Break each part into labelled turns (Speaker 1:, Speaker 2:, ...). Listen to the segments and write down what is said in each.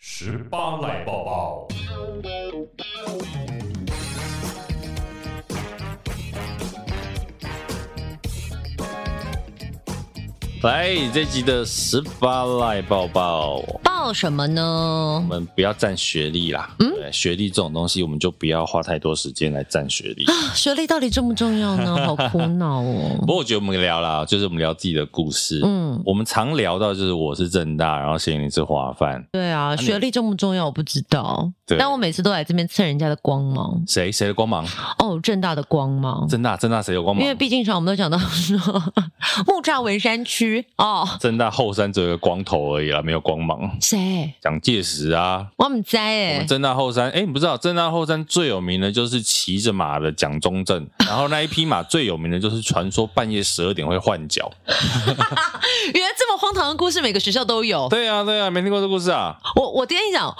Speaker 1: 十八来抱抱。
Speaker 2: 来，这集的十八赖抱抱，
Speaker 3: 报什么
Speaker 2: 我
Speaker 3: 呢？
Speaker 2: 们不要占学历啦。
Speaker 3: 嗯
Speaker 2: 对，学历这种东西，我们就不要花太多时间来占学历。
Speaker 3: 啊学历到底重不重要呢？ 好苦恼
Speaker 2: 不
Speaker 3: 哦。
Speaker 2: 过我觉得我们聊啦，就是我们聊自己的故事。
Speaker 3: 嗯，
Speaker 2: 我们常聊到就是我是正大，然后咸你是华范，
Speaker 3: 对啊，学历重不重要我不知道，
Speaker 2: 对
Speaker 3: 但我每次都来这边蹭人家的光芒
Speaker 2: 谁谁的光 芒？
Speaker 3: 哦，正大的光芒。
Speaker 2: 正大正大谁有光
Speaker 3: 因为
Speaker 2: 芒？
Speaker 3: 毕竟上我们都讲到说 木栅文山区哦，
Speaker 2: 正大后山只有一个光头而已啦，没有光芒。
Speaker 3: 谁？
Speaker 2: 蒋介石啊，
Speaker 3: 我们在
Speaker 2: 我
Speaker 3: 哎
Speaker 2: 们，正大后山，哎、你不知道正大后山最有名的就是骑着马的蒋中正，然后那一匹马最有名的就是传说半夜十二点会换脚。
Speaker 3: 原来这么荒唐的故事，每个学校都有。
Speaker 2: 对啊，对啊，没听过这故事啊？
Speaker 3: 我我跟你讲，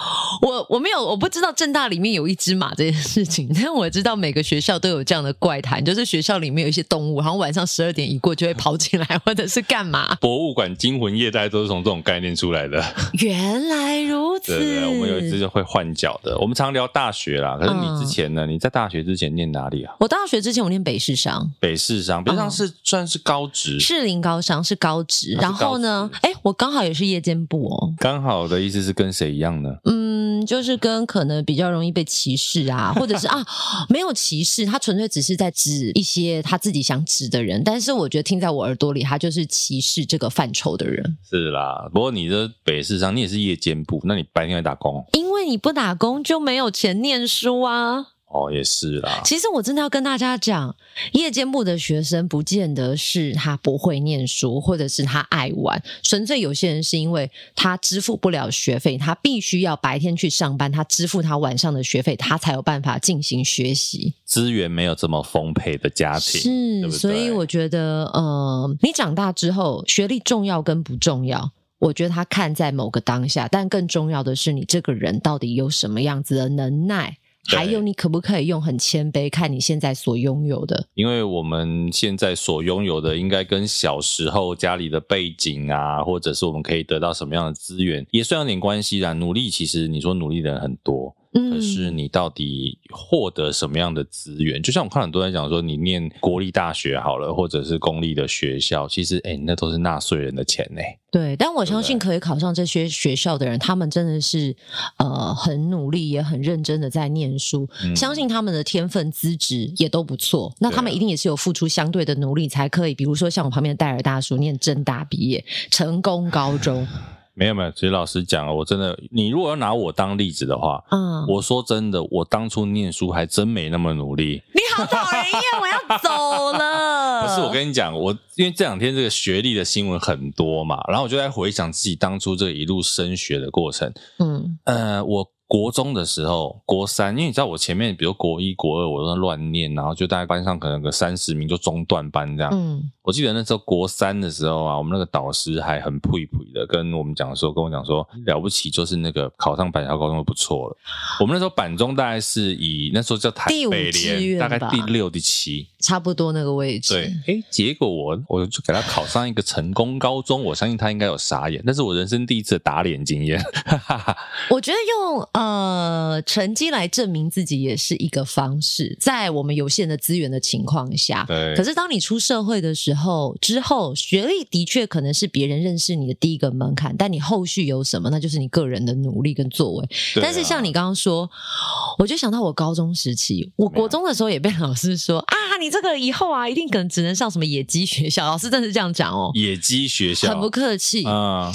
Speaker 3: 我我没有我不知道正大里面有一只马这件事情， 但我知道每个学校都有这样的怪谈，就是学校里面有一些动物，然后晚上十二点一过就会跑进来，或者是干嘛。
Speaker 2: 博物馆惊魂夜大概都是从这种概念出 来的。
Speaker 3: 原来如此，
Speaker 2: 对对对，我们有一只就会换脚的。我们常聊大学啦，可是你
Speaker 3: 嗯
Speaker 2: 之前呢？你在大学之前念哪里啊？
Speaker 3: 我大学之前我念北市商，
Speaker 2: 北市商，北市商是算哦是高职，
Speaker 3: 士林高商是高职，
Speaker 2: 它是
Speaker 3: 然后呢，哎，我刚好也是夜间部哦。
Speaker 2: 刚好的意思是跟谁一样呢？
Speaker 3: 嗯，就是跟可能比较容易被歧视啊，或 者是啊，没有歧视，他纯粹只是在指一些他自己想指的人。但是我觉得听在我耳朵里，他就是歧视这个范畴的人，
Speaker 2: 是啦，不过你这北市商，你也是夜间部，那你白天还打工？
Speaker 3: 因为你不打工就没有钱念书啊。
Speaker 2: 哦，也是啦。
Speaker 3: 其实我真的要跟大家讲，夜间部的学生不见得是他不会念书，或者是他爱玩，纯粹有些人是因为他支付不了学费，他必须要白天去上班，他支付他晚上的学费，他才有办法进行学习。
Speaker 2: 资源没有这么丰沛的家庭，
Speaker 3: 是，
Speaker 2: 对不对
Speaker 3: 所以我觉得，呃，你长大之后学历重要跟不重要，我觉得他看在某个当下，但更重要的是你这个人到底有什么样子的能耐，
Speaker 2: 对
Speaker 3: 还有你可不可以用很谦卑看你现在所拥有的。
Speaker 2: 因为我们现在所拥有的，应该跟小时候家里的背景啊，或者是我们可以得到什么样的资源，也算有点关系啦。努力其实你说努力的人很多，可
Speaker 3: 嗯，
Speaker 2: 是你到底获得什么样的资源？就像我看很多人讲说，你念国立大学好了，或者是公立的学校，其实哎、那都是纳税人的钱呢、
Speaker 3: 对，但我
Speaker 2: 对不
Speaker 3: 相信
Speaker 2: 对
Speaker 3: 可以考上这些学校的人，他们真的是呃很努力，也很认真的在念书，
Speaker 2: 嗯
Speaker 3: 相信他们的天分资质也都不错。那
Speaker 2: 对啊
Speaker 3: 他们一定也是有付出相对的努力，才可以，比如说像我旁边的戴尔大叔念正大毕业，成功高 中，
Speaker 2: 没有没有，其实老实讲，啊我真的，你如果要拿我当例子的话，
Speaker 3: 嗯，
Speaker 2: 我说真的，我当初念书还真没那么努力。
Speaker 3: 你好讨人厌，我要走了。
Speaker 2: 不是，我跟你讲，我因为这两天这个学历的新闻很多嘛，然后我就在回想自己当初这一路升学的过程。
Speaker 3: 嗯
Speaker 2: 呃，我国中的时候，国三，因为你知道我前面比如国一、国二我都在乱念，然后就大概班上可能有个三十名就中断班这样。
Speaker 3: 嗯
Speaker 2: 我记得那时候国三的时候啊，我们那个导师还很呸呸的跟我们讲说，跟我讲说
Speaker 3: 嗯
Speaker 2: 了不起就是那个考上板桥高中就不错了。我们那时候板中大概是以那时候叫台
Speaker 3: 第五
Speaker 2: 北
Speaker 3: 志
Speaker 2: 联，
Speaker 3: 愿
Speaker 2: 大概
Speaker 3: 吧
Speaker 2: 第六、第七。
Speaker 3: 差不多那个位置。
Speaker 2: 对，哎，结果我我就给他考上一个成功高中，我相信他应该有傻眼，那是我人生第一次的打脸经验。
Speaker 3: 我觉得用呃成绩来证明自己也是一个方式，在我们有限的资源的情况下。
Speaker 2: 对，
Speaker 3: 可是当你出社会的时候，之后学历的确可能是别人认识你的第一个门槛，但你后续有什么，那就是你个人的努力跟作为。
Speaker 2: 对啊
Speaker 3: 但是像你刚刚说，我就想到我高中时期，我
Speaker 2: 啊
Speaker 3: 国中的时候也被老师说啊，你这个以后啊，一定可能只能上什么野鸡学校。老师真的是这样讲哦，
Speaker 2: 野鸡学校，
Speaker 3: 很不客气。
Speaker 2: 啊、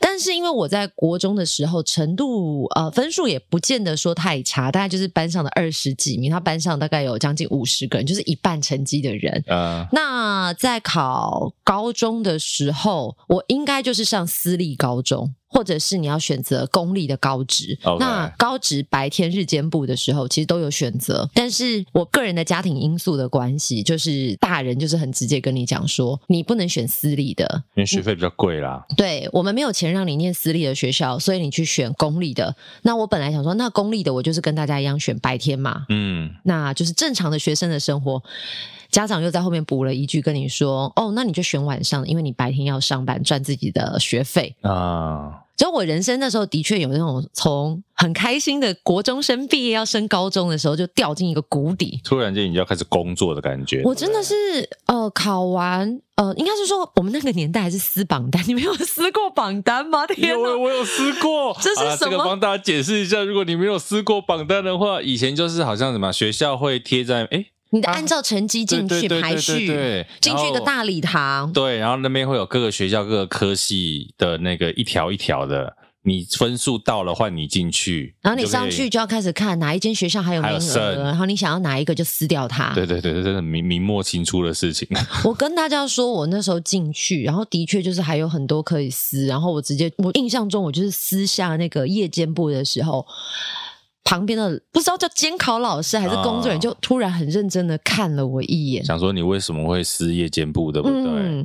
Speaker 3: 但是因为我在国中的时候程度呃分数也不见得说太差，大概就是班上的二十几名，他班上大概有将近五十个人，就是一半成绩的人。
Speaker 2: 呃，
Speaker 3: 那在考高中的时候，我应该就是上私立高中，或者是你要选择公立的高职。
Speaker 2: OK
Speaker 3: 那高职白天日间部的时候，其实都有选择，但是我个人的家庭因素的关系，就是大人就是很直接跟你讲说，你不能选私立的，
Speaker 2: 因为学费比较贵啦。
Speaker 3: 对我们没有钱让你念私立的学校，所以你去选公立的。那我本来想说，那公立的我就是跟大家一样选白天嘛，
Speaker 2: 嗯，
Speaker 3: 那就是正常的学生的生活。家长又在后面补了一句跟你说：“哦，那你就选晚上的，因为你白天要上班赚自己的学费。
Speaker 2: 啊、”
Speaker 3: 就我人生那时候的确有那种从很开心的国中生毕业要升高中的时候，就掉进一个谷底。
Speaker 2: 突然间你就要开始工作的感觉。
Speaker 3: 我真的是呃，考完呃，应该是说我们那个年代还是撕榜单，你 们有撕过榜单吗？天
Speaker 2: 有
Speaker 3: 哪！
Speaker 2: 我有撕过，
Speaker 3: 这是
Speaker 2: 好啦
Speaker 3: 什
Speaker 2: 这个
Speaker 3: 么
Speaker 2: 帮大家解释一下，如果你没有撕过榜单的话，以前就是好像什么学校会贴在哎
Speaker 3: 你的
Speaker 2: 啊
Speaker 3: 按照成绩
Speaker 2: 对
Speaker 3: 进
Speaker 2: 对
Speaker 3: 去
Speaker 2: 对对
Speaker 3: 排
Speaker 2: 对
Speaker 3: 序，
Speaker 2: 对
Speaker 3: 进去一个
Speaker 2: 然后
Speaker 3: 大礼堂，
Speaker 2: 对，然后那边会有各个学校各个科系的那个一条一条的，你分数到了换你进去，
Speaker 3: 然后你
Speaker 2: 就可
Speaker 3: 上
Speaker 2: 以
Speaker 3: 去。就要开始看哪一间学校还有名
Speaker 2: 还有
Speaker 3: 额，
Speaker 2: 剩
Speaker 3: 然后你想要哪一个就撕掉它。
Speaker 2: 对对对对，真的明明末清初的事情，
Speaker 3: 我跟大家说，我那时候进去，然后的确就是还有很多可以撕，然后我直接，我印象中我就是撕下那个夜间部的时候，旁边的不知道叫监考老师还是工作人员，
Speaker 2: 啊
Speaker 3: 就突然很认真的看了我一眼。
Speaker 2: 想说你为什么会撕夜间部，对不对？
Speaker 3: 嗯，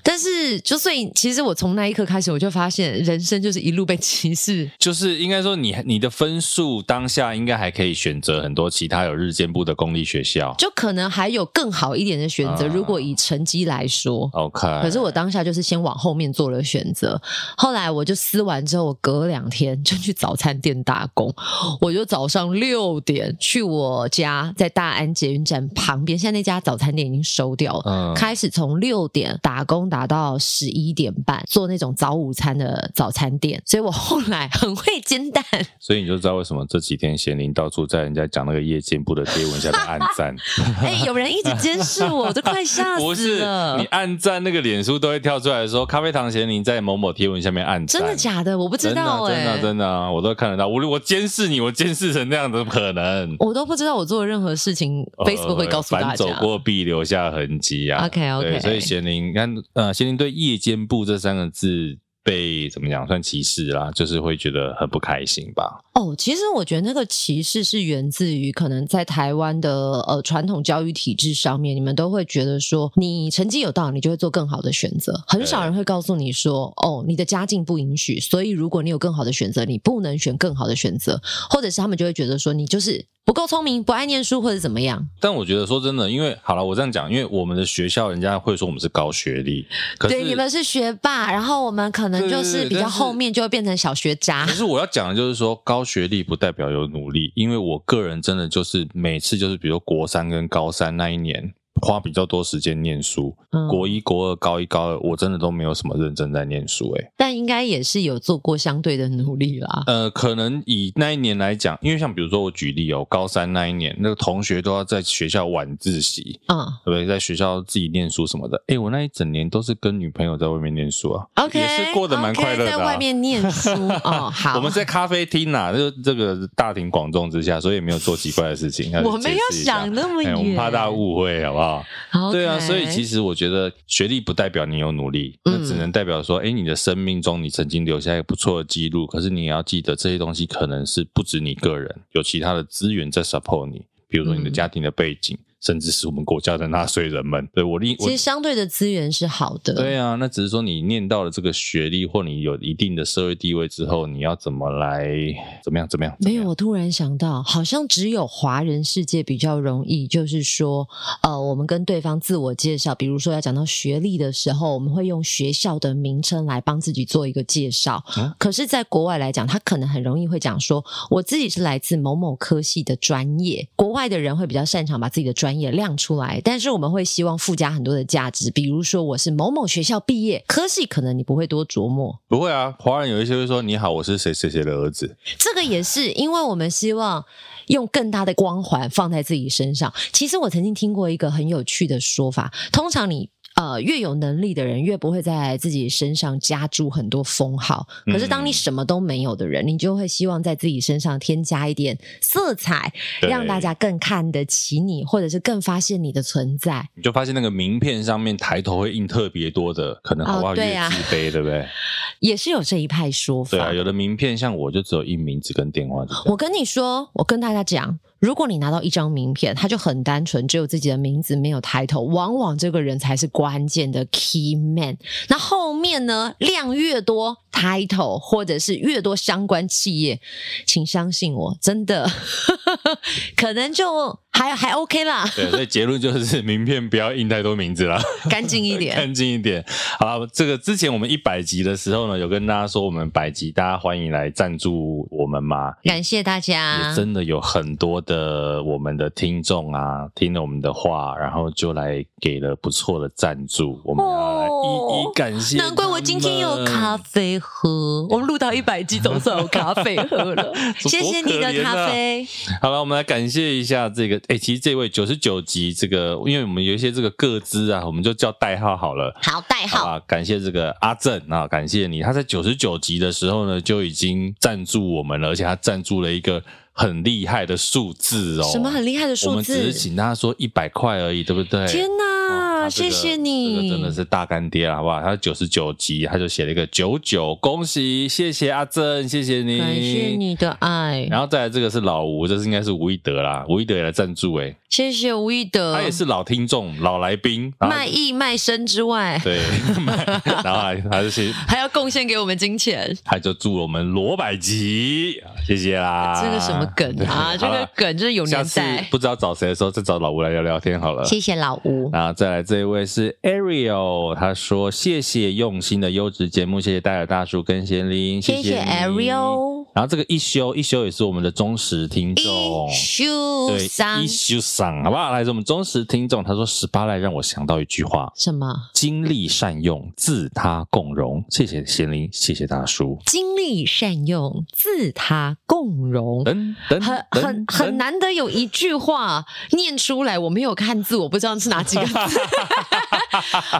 Speaker 3: 但是就所以，其实我从那一刻开始，我就发现人生就是一路被歧视。
Speaker 2: 就是应该说你你的分数当下应该还可以选择很多其他有日间部的公立学校。
Speaker 3: 就可能还有更好一点的选择，
Speaker 2: 啊
Speaker 3: 如果以成绩来说。
Speaker 2: OK，
Speaker 3: 可是我当下就是先往后面做了选择，后来我就撕完之后，我隔两天就去早餐店打工，我就早上六点去我家在大安捷运站旁边，现在那家早餐店已经收掉了。
Speaker 2: 嗯
Speaker 3: 开始从六点打工打到十一点半，做那种早午餐的早餐店，所以我后来很会煎 蛋。
Speaker 2: 所以你就知道为什么这几天贤玲到处在人家讲那个夜间部的贴文下面暗赞，
Speaker 3: 哎、有人一直监视我，我都快吓
Speaker 2: 不
Speaker 3: 死
Speaker 2: 是
Speaker 3: 了。
Speaker 2: 你暗赞那个脸书都会跳出来说咖啡糖贤玲在某某贴文下面暗赞，
Speaker 3: 真的假的？我不知道哎、
Speaker 2: 真的真的真的啊，我都看得到，我我监视你，我监视成那样，怎么可 能
Speaker 3: 我都不知道我做的任何事情、f a c e b o o k 会告诉大
Speaker 2: 呃反
Speaker 3: 家
Speaker 2: 走。过必留下痕迹啊。
Speaker 3: OK，OK
Speaker 2: 对所以贤玲，你看呃，贤玲对夜间部这三个字被怎么讲算歧视啦，就是会觉得很不开心吧？
Speaker 3: 哦，其实我觉得那个歧视是源自于可能在台湾的呃传统教育体制上面，你们都会觉得说你成绩有到，你就会做更好的选择。很少人会告诉你说，哦，你的家境不允许，所以如果你有更好的选择，你不能选更好的选择，或者是他们就会觉得说你就是不够聪明，不爱念书或者怎么样。
Speaker 2: 但我觉得说真的，因为好了，我这样讲，因为我们的学校人家会说我们是高学历，可是
Speaker 3: 对，你们是学霸，然后我们可能
Speaker 2: 对对
Speaker 3: 就
Speaker 2: 对
Speaker 3: 是比较
Speaker 2: 但是
Speaker 3: 后面就会变成小学渣
Speaker 2: 可。是我要讲的就是说，高学历不代表有努力，因为我个人真的就是每次就是，比如国三跟高三那一年花比较多时间念书，
Speaker 3: 嗯
Speaker 2: 国一、国二、高一、高二，我真的都没有什么认真在念书、欸。
Speaker 3: 但应该也是有做过相对的努力啦。
Speaker 2: 呃，可能以那一年来讲，因为像比如说我举例哦，高三那一年，那个同学都要在学校晚自习，
Speaker 3: 嗯
Speaker 2: 对不对？在学校自己念书什么的。诶，我那一整年都是跟女朋友在外面念书啊
Speaker 3: ，OK，
Speaker 2: 也是过得蛮快乐的、啊
Speaker 3: OK，在外面念书 哦，好，
Speaker 2: 我们在咖啡厅呐、就这个大庭广众之下，所以也没有做奇怪的事情。要
Speaker 3: 我没有
Speaker 2: 解释一下
Speaker 3: 想那么
Speaker 2: 哎
Speaker 3: 远，
Speaker 2: 我们怕大家误会，好不好？
Speaker 3: 好。
Speaker 2: 对啊，所以其
Speaker 3: 实
Speaker 2: 实我觉得学历不代表你有努力，
Speaker 3: 嗯
Speaker 2: 那只能代表说，哎、你的生命中你曾经留下一个不错的记录。可是你也要记得，这些东西可能是不止你个人，有其他的资源在 support 你，比如说你的
Speaker 3: 嗯
Speaker 2: 家庭的背景，甚至是我们国家的纳税人们。对我另我
Speaker 3: 其实相对的资源是好的，
Speaker 2: 对啊，那只是说你念到了这个学历，或你有一定的社会地位之后，你要怎么来怎么样怎么样？怎么
Speaker 3: 没
Speaker 2: 样
Speaker 3: 有，，我突然想到，好像只有华人世界比较容易，就是说，呃，我们跟对方自我介绍，比如说要讲到学历的时候，我们会用学校的名称来帮自己做一个介绍。
Speaker 2: 嗯
Speaker 3: 可是，在国外来讲，他可能很容易会讲说，我自己是来自某某科系的专业。国外的人会比较擅长把自己的专业亮出来，但是我们会希望附加很多的价值，比如说我是某某学校毕业，科系可能你不会多琢磨，
Speaker 2: 不会啊。华人有一些会说：“你好，我是谁谁谁的儿子。
Speaker 3: 这个也是因为我们希望用更大的光环放在自己身上。其实我曾经听过一个很有趣的说法，通常你。呃，越有能力的人，越不会在自己身上加注很多封号。可是，当你
Speaker 2: 嗯
Speaker 3: 什么都没有的人，你就会希望在自己身上添加一点色彩，
Speaker 2: 对
Speaker 3: 让大家更看得起你，或者是更发现你的存在”。
Speaker 2: 你就发现那个名片上面抬头会印特别多的，可能好不
Speaker 3: 哦
Speaker 2: 好越
Speaker 3: 对啊
Speaker 2: 自卑，对不 对？
Speaker 3: 也是有这一派说法。
Speaker 2: 对啊，有的名片像我就只有印名字跟电话，就这样
Speaker 3: 我跟你说，我跟大家讲，如果你拿到一张名片，它就很单纯，只有自己的名字没有抬头，往往这个人才是关键的 key man。那后面呢，量越多，title 或者是越多相关企业，请相信我，真的 可能就。还还还 OK 啦，
Speaker 2: 对，所以结论就是 名片不要印太多名字啦。
Speaker 3: 干净一点。
Speaker 2: 干净一点。好啦，这个之前我们一百集的时候呢，有跟大家说我们百集，大家欢迎来赞助我们嘛。
Speaker 3: 感谢大
Speaker 2: 也
Speaker 3: 家，
Speaker 2: 真的有很多的我们的听众啊，听了我们的话，然后就来给了不错的赞助，我们要来一一感谢。
Speaker 3: 哦难怪我今天有咖，啡喝，我们录到一百集总算有咖啡喝 了，谢谢你的
Speaker 2: 啊
Speaker 3: 咖啡。
Speaker 2: 好了，我们来感谢一下这个，哎、其实这位九十九集这个，因为我们有一些这个个资啊，我们就叫代号好了。
Speaker 3: 好，代
Speaker 2: 好
Speaker 3: 号
Speaker 2: 吧，感谢这个阿正啊，感谢你。他在九十九集的时候呢，就已经赞助我们了，而且他赞助了一个很厉害的数字哦。
Speaker 3: 什么很厉害的
Speaker 2: 我
Speaker 3: 数
Speaker 2: 们只
Speaker 3: 字
Speaker 2: 是？请他说一百块而已，对不对？
Speaker 3: 天
Speaker 2: 哇
Speaker 3: 哪，
Speaker 2: 哦他这
Speaker 3: 谢
Speaker 2: 个
Speaker 3: 谢
Speaker 2: 这个
Speaker 3: 你
Speaker 2: 真，的是大干爹了，好不好？他九十九集，他就写了一个九九，恭喜，谢谢阿正，谢谢你，
Speaker 3: 感谢。你的爱，
Speaker 2: 然后再来这个是老吴，这是应该是吴一德啦，吴一德也来赞助哎、
Speaker 3: 谢谢吴一德
Speaker 2: 他，也是老听众、老来宾，然后
Speaker 3: 嗯卖艺卖身之外，
Speaker 2: 对， 然后还还是
Speaker 3: 还要贡献给我们金钱。
Speaker 2: 他就祝我们罗百吉，谢谢啦。
Speaker 3: 这个什么梗啊？
Speaker 2: 对
Speaker 3: 这
Speaker 2: 好
Speaker 3: 个
Speaker 2: 了
Speaker 3: 梗就是有
Speaker 2: 下
Speaker 3: 年
Speaker 2: 次呃
Speaker 3: 代。
Speaker 2: 不知道找谁的时候，再找老吴来聊聊天好了。
Speaker 3: 谢谢老吴，
Speaker 2: 然后再来这一位是 Ariel，他说谢谢用心的优质节目，谢谢戴尔大叔跟贤玲，
Speaker 3: 谢
Speaker 2: 谢
Speaker 3: 谢
Speaker 2: 你
Speaker 3: Ariel。
Speaker 2: 然后这个一休一休也是我们的忠实听众
Speaker 3: 一。休
Speaker 2: 对，
Speaker 3: 三
Speaker 2: 一休赏，好不好？来自我们忠实听众，他说十八赖让我想到一句话：
Speaker 3: 什么？
Speaker 2: 精力善用，自他共荣。谢谢贤玲，谢谢大叔。
Speaker 3: 精力善用，自他共荣。
Speaker 2: 等等，
Speaker 3: 很
Speaker 2: 等
Speaker 3: 很很。难得有一句话念出来，我没有看字，我不知道是哪几 个字，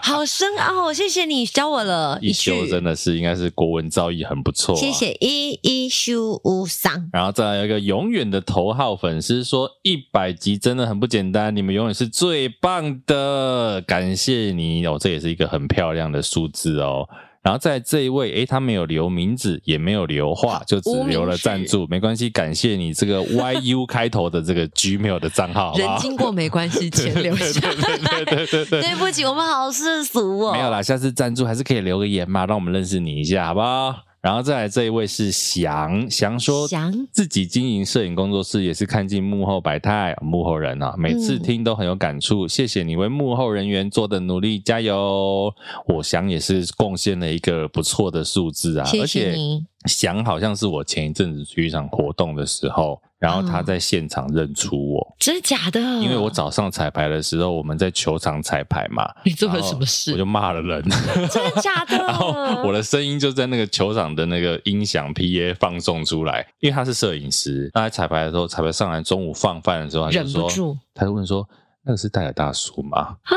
Speaker 3: 好深奥、哦谢谢你教我了
Speaker 2: 一
Speaker 3: 一
Speaker 2: 休
Speaker 3: 句，
Speaker 2: 真的是应该是国文造诣很不错、啊，
Speaker 3: 谢。谢一一修无桑，
Speaker 2: 然后再来有一个永远的头号粉丝说，一百集真的很不简单，你们永远是最棒的，感谢你哦，这也是一个很漂亮的数字哦。然后在这一位，诶，他没有留名字，也没有留话，
Speaker 3: 啊
Speaker 2: 就只留了赞助，没关系，感谢你这个 YU 开头的这个 Gmail 的账号，好不
Speaker 3: 人
Speaker 2: 好？
Speaker 3: 经过没关 系，钱留下
Speaker 2: 对对对对。
Speaker 3: 对不起，我们好世俗哦。
Speaker 2: 没有啦，下次赞助还是可以留个言嘛，让我们认识你一下，好不好？然后再来这一位是翔翔说，
Speaker 3: 翔
Speaker 2: 自己经营摄影工作室也是看尽幕后百态，幕后人啊，每
Speaker 3: 嗯
Speaker 2: 次听都很有感触。谢谢你为幕后人员做的努力，加油！我翔也是贡献了一个不错的数字啊，
Speaker 3: 谢谢你
Speaker 2: 而且翔好像是我前一阵子去一场活动的时候，
Speaker 3: 嗯
Speaker 2: 然后他在现场认出我，
Speaker 3: 真的假的？
Speaker 2: 因为我早上彩排的时候我们在球场彩排嘛，
Speaker 3: 你做
Speaker 2: 然
Speaker 3: 了
Speaker 2: 后
Speaker 3: 什么
Speaker 2: 我
Speaker 3: 事？
Speaker 2: 哦
Speaker 3: 嗯
Speaker 2: 就骂了人，
Speaker 3: 真的假的？
Speaker 2: 然后我的声音就在那个球场的那个音响 PA 放送出来，因为他是摄影师，他在彩排的时候，彩排上来中午放饭的时候，他就
Speaker 3: 忍不
Speaker 2: 说，
Speaker 3: 住
Speaker 2: 他就问说那个是戴尔大叔吗？
Speaker 3: 啊！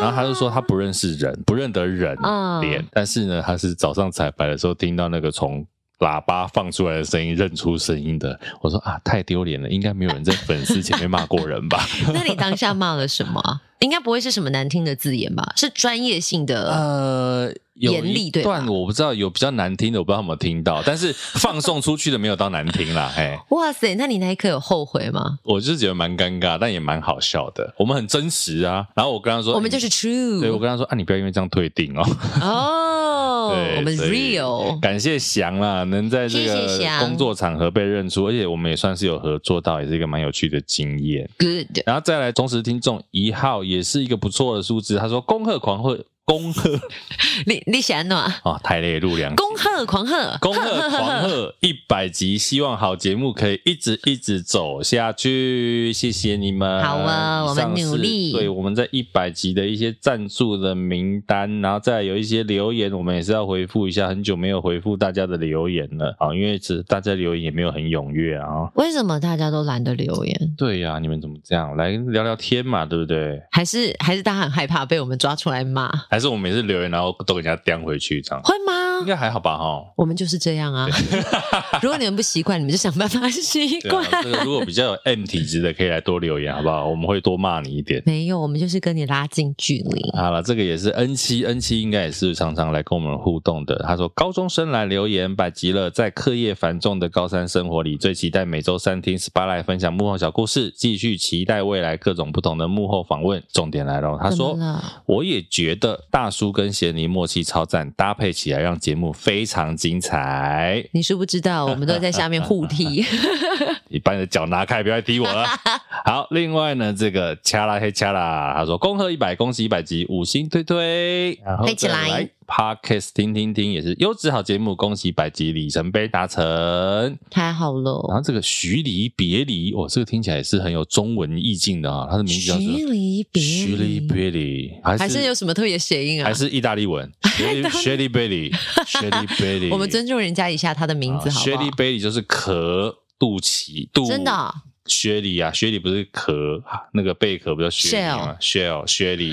Speaker 2: 然后他就说他不认识人，不认得人
Speaker 3: 嗯
Speaker 2: 脸，但是呢，他是早上彩排的时候听到那个从。喇叭放出来的声音，认出声音的，我说啊，太丢脸了，应该没有人在粉丝前面骂过人吧？
Speaker 3: 那你当下骂了什么 啊？应该不会是什么难听的字眼吧？是专业性的。
Speaker 2: 呃，有
Speaker 3: 严厉
Speaker 2: 一
Speaker 3: 对吧
Speaker 2: 段我不知道有比较难听的，我不知道有没有听到，但是放送出去的没有到难听 啦，嘿，
Speaker 3: 哇塞，那你那一刻有后悔吗？
Speaker 2: 我就是觉得蛮尴尬，但也蛮好笑的。我们很真实啊，然后我跟他说，
Speaker 3: 我们就是
Speaker 2: 哎
Speaker 3: true，
Speaker 2: 对我跟他说啊，你不要因为这样退订哦。
Speaker 3: 哦
Speaker 2: 对，
Speaker 3: 我们
Speaker 2: 所以
Speaker 3: real，
Speaker 2: 感谢翔啦，能在这
Speaker 3: 谢
Speaker 2: 个
Speaker 3: 谢翔
Speaker 2: 工作场合被认出，而且我们也算是有合作到，也是一个蛮有趣的经验。
Speaker 3: good，
Speaker 2: 然后再来忠实听众一号，也是一个不错的数字。他说恭贺狂贺恭贺
Speaker 3: 你你想暖，
Speaker 2: 啊，太累入良
Speaker 3: 恭贺狂贺，
Speaker 2: 恭贺狂贺一百集，希望好节目可以一直一直走下去，谢谢你们。
Speaker 3: 好啊我们
Speaker 2: 以上是
Speaker 3: 努力
Speaker 2: 对，我们在一百集的一些赞助的名单，然后再来有一些留言，我们也是要回复一下，很久没有回复大家的留言了啊，因为只大家留言也没有很踊跃啊。
Speaker 3: 为什么大家都懒得留言？
Speaker 2: 对啊呀、你们怎么这样？来聊聊天嘛，对不对？
Speaker 3: 还是还是大家很害怕被我们抓出来骂，
Speaker 2: 还是我们每次留言，然后都给人家颠回去，这样
Speaker 3: 会
Speaker 2: 应
Speaker 3: 吗？
Speaker 2: 该还好吧？哈。
Speaker 3: 我们就是这样 啊。如果你们不习惯，你们就想办法习
Speaker 2: 对
Speaker 3: 惯。
Speaker 2: 啊，这个如果比较有 M 体质的，可以来多留言，好不好？我们会多骂你一点。
Speaker 3: 没有，我们就是跟你拉近距离。
Speaker 2: 好了，这个也是 N 七，N 七应该也是常常来跟我们互动的。他说，高中生来留言，百极了，在课业繁重的高三生活里，最期待每周三听 SPA 来分享幕后小故事，继续期待未来各种不同的幕后访问。重点来了，哦他说
Speaker 3: 怎么了，
Speaker 2: 我也觉得大叔跟贤妮默契超赞，搭配起来让节目非常精彩。 啊
Speaker 3: 你是不知道，我们都在下面互踢。
Speaker 2: 你把你的脚拿开，不要再踢我了。好，另外呢，这个掐啦嘿掐啦，他说恭贺一百，恭喜一百集，五星推推，然后
Speaker 3: 推起
Speaker 2: 再
Speaker 3: 来
Speaker 2: Podcast 听听听也是优质好节目，恭喜百集里程碑达成。
Speaker 3: 太好
Speaker 2: 然
Speaker 3: 了
Speaker 2: 后。这个徐离别离，哦，这个听起来也是很有中文意境的啊，他的名字叫做
Speaker 3: 徐离别离
Speaker 2: 徐离别离，还
Speaker 3: 还是有
Speaker 2: 是
Speaker 3: 什么特别谐音啊
Speaker 2: 还？是意大利 文，Shelly Bailey，Shelly Bailey，
Speaker 3: 我们尊重人家一下他的名字好不好
Speaker 2: Shelly？Bailey 就是壳、肚脐、肚
Speaker 3: 真的啊
Speaker 2: 薛里啊，薛里不是壳，那个贝壳不叫薛里吗？shell 薛里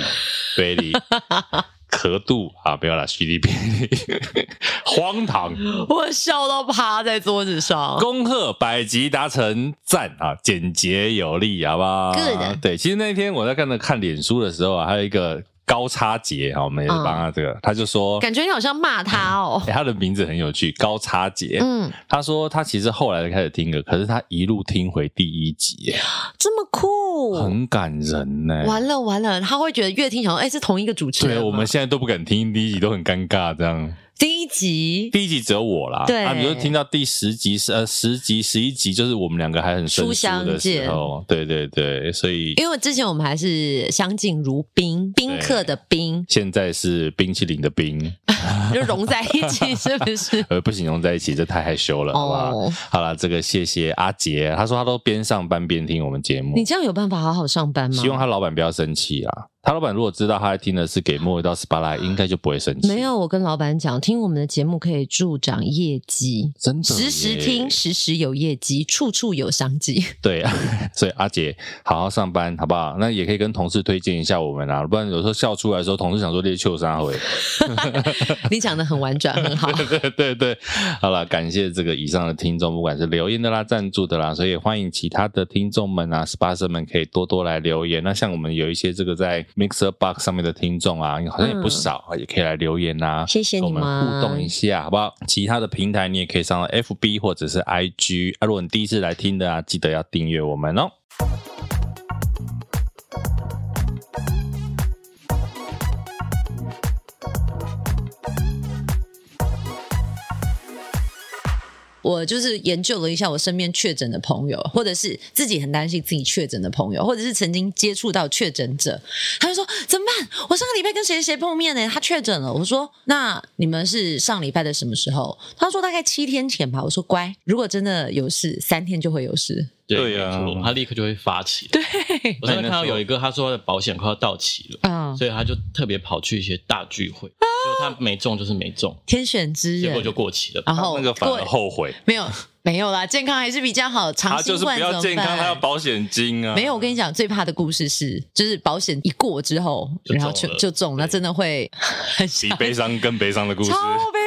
Speaker 2: 贝里 壳肚啊，不要啦，薛里贝里， 荒唐！
Speaker 3: 我笑到趴在桌子上。
Speaker 2: 恭贺百集达成，赞啊，简洁有力，好不好
Speaker 3: Good
Speaker 2: 对，其实那天我在看那看脸书的时候啊，还有一个高差杰啊，我们也帮他这个，
Speaker 3: 嗯
Speaker 2: 他就说、哎
Speaker 3: 感觉你好像骂他哦。
Speaker 2: 诶他的名字很有趣，高差杰。
Speaker 3: 嗯，
Speaker 2: 他说他其实后来才开始听歌，可是他一路听回第一集，
Speaker 3: 这么酷，
Speaker 2: 很感人呢、
Speaker 3: 完了完了，他会觉得越听想说，哎，是同一个主持人
Speaker 2: 对，
Speaker 3: 吗。
Speaker 2: 我们现在都不敢听第一集，都很尴尬。这样，
Speaker 3: 第一集
Speaker 2: 第一集只有我啦，
Speaker 3: 对
Speaker 2: 啊，你就听到第十集、十呃十集、十一集，就是我们两个还很生
Speaker 3: 书
Speaker 2: 疏
Speaker 3: 相
Speaker 2: 的时
Speaker 3: 见
Speaker 2: 候，对对对，所以
Speaker 3: 因为之前我们还是相敬如宾，宾客的宾，
Speaker 2: 现在是冰淇淋的冰，
Speaker 3: 就融在一起，是不
Speaker 2: ？
Speaker 3: 是
Speaker 2: 呃，不形容在一起，这太害羞了，好吧？
Speaker 3: 哦，
Speaker 2: 好了，这个谢谢阿杰，他说他都边上班边听我们节目
Speaker 3: 你，这样有办法好好上班吗？
Speaker 2: 希望他老板不要生气啊。他老板如果知道他在听的是给莫一到斯巴拉，应该就不会生气。
Speaker 3: 啊没，有，我跟老板讲，听我们的节目可以助长业绩，
Speaker 2: 真的
Speaker 3: 时时
Speaker 2: 耶
Speaker 3: 听，时时有业绩，处处有 商机。
Speaker 2: 对，所以阿姐好好上班，好不好？那也可以跟同事推荐一下我们啊，不然有时候笑出来的时候，同事想说猎秋三回。
Speaker 3: 你讲的很婉转，很好。
Speaker 2: 对对对对，好了，感谢这个以上的听众，不管是留言的啦、赞助的啦，所以也欢迎其他的听众们啊、s p o n 们可以多多来留言。那像我们有一些这个在 Mixer Box 上面的听众啊，好像也不少，也可以来留言啊，
Speaker 3: 嗯谢谢
Speaker 2: 跟
Speaker 3: 你
Speaker 2: 我们
Speaker 3: 们，
Speaker 2: 互动一下，好不好？其他的平台你也可以上到 FB 或者是 IG 啊。如果你第一次来听的啊，记得要订阅我们哦。
Speaker 3: 我就是研究了一下我身边确诊的朋友，或者是自己很担心自己确诊的朋友，或者是曾经接触到确诊者，他就说怎么办？我上个礼拜跟谁谁碰面呢？他确诊了。我说那你们是上礼拜的什么时候？他说大概七天前吧。我说乖，如果真的有事，三天就会有事。
Speaker 2: 对啊
Speaker 4: 没错他立刻就会发起。
Speaker 3: 对，
Speaker 4: 我上次看到有一个，他说他的保险快要到期了，
Speaker 3: 啊、
Speaker 4: 所以他就特别跑去一些大聚会，结果他没中就是没中，
Speaker 3: 天选之
Speaker 4: 结
Speaker 3: 人
Speaker 4: 果，就过期了。
Speaker 3: 然后
Speaker 2: 那个反而
Speaker 3: 过
Speaker 2: 后悔，
Speaker 3: 没有没有啦，健康还是比较好，长
Speaker 2: 他
Speaker 3: 新
Speaker 2: 就是
Speaker 3: 冠
Speaker 2: 不要
Speaker 3: 怎么
Speaker 2: 健康，
Speaker 3: 办
Speaker 2: 他要保险金啊。
Speaker 3: 没有，我跟你讲，最怕的故事是，就是保险一过之后，
Speaker 4: 就中
Speaker 3: 然后就
Speaker 4: 了
Speaker 3: 就中，那
Speaker 4: 对
Speaker 3: 真的会很
Speaker 2: 比
Speaker 3: 伤，
Speaker 2: 悲伤更悲伤的故事。
Speaker 3: 超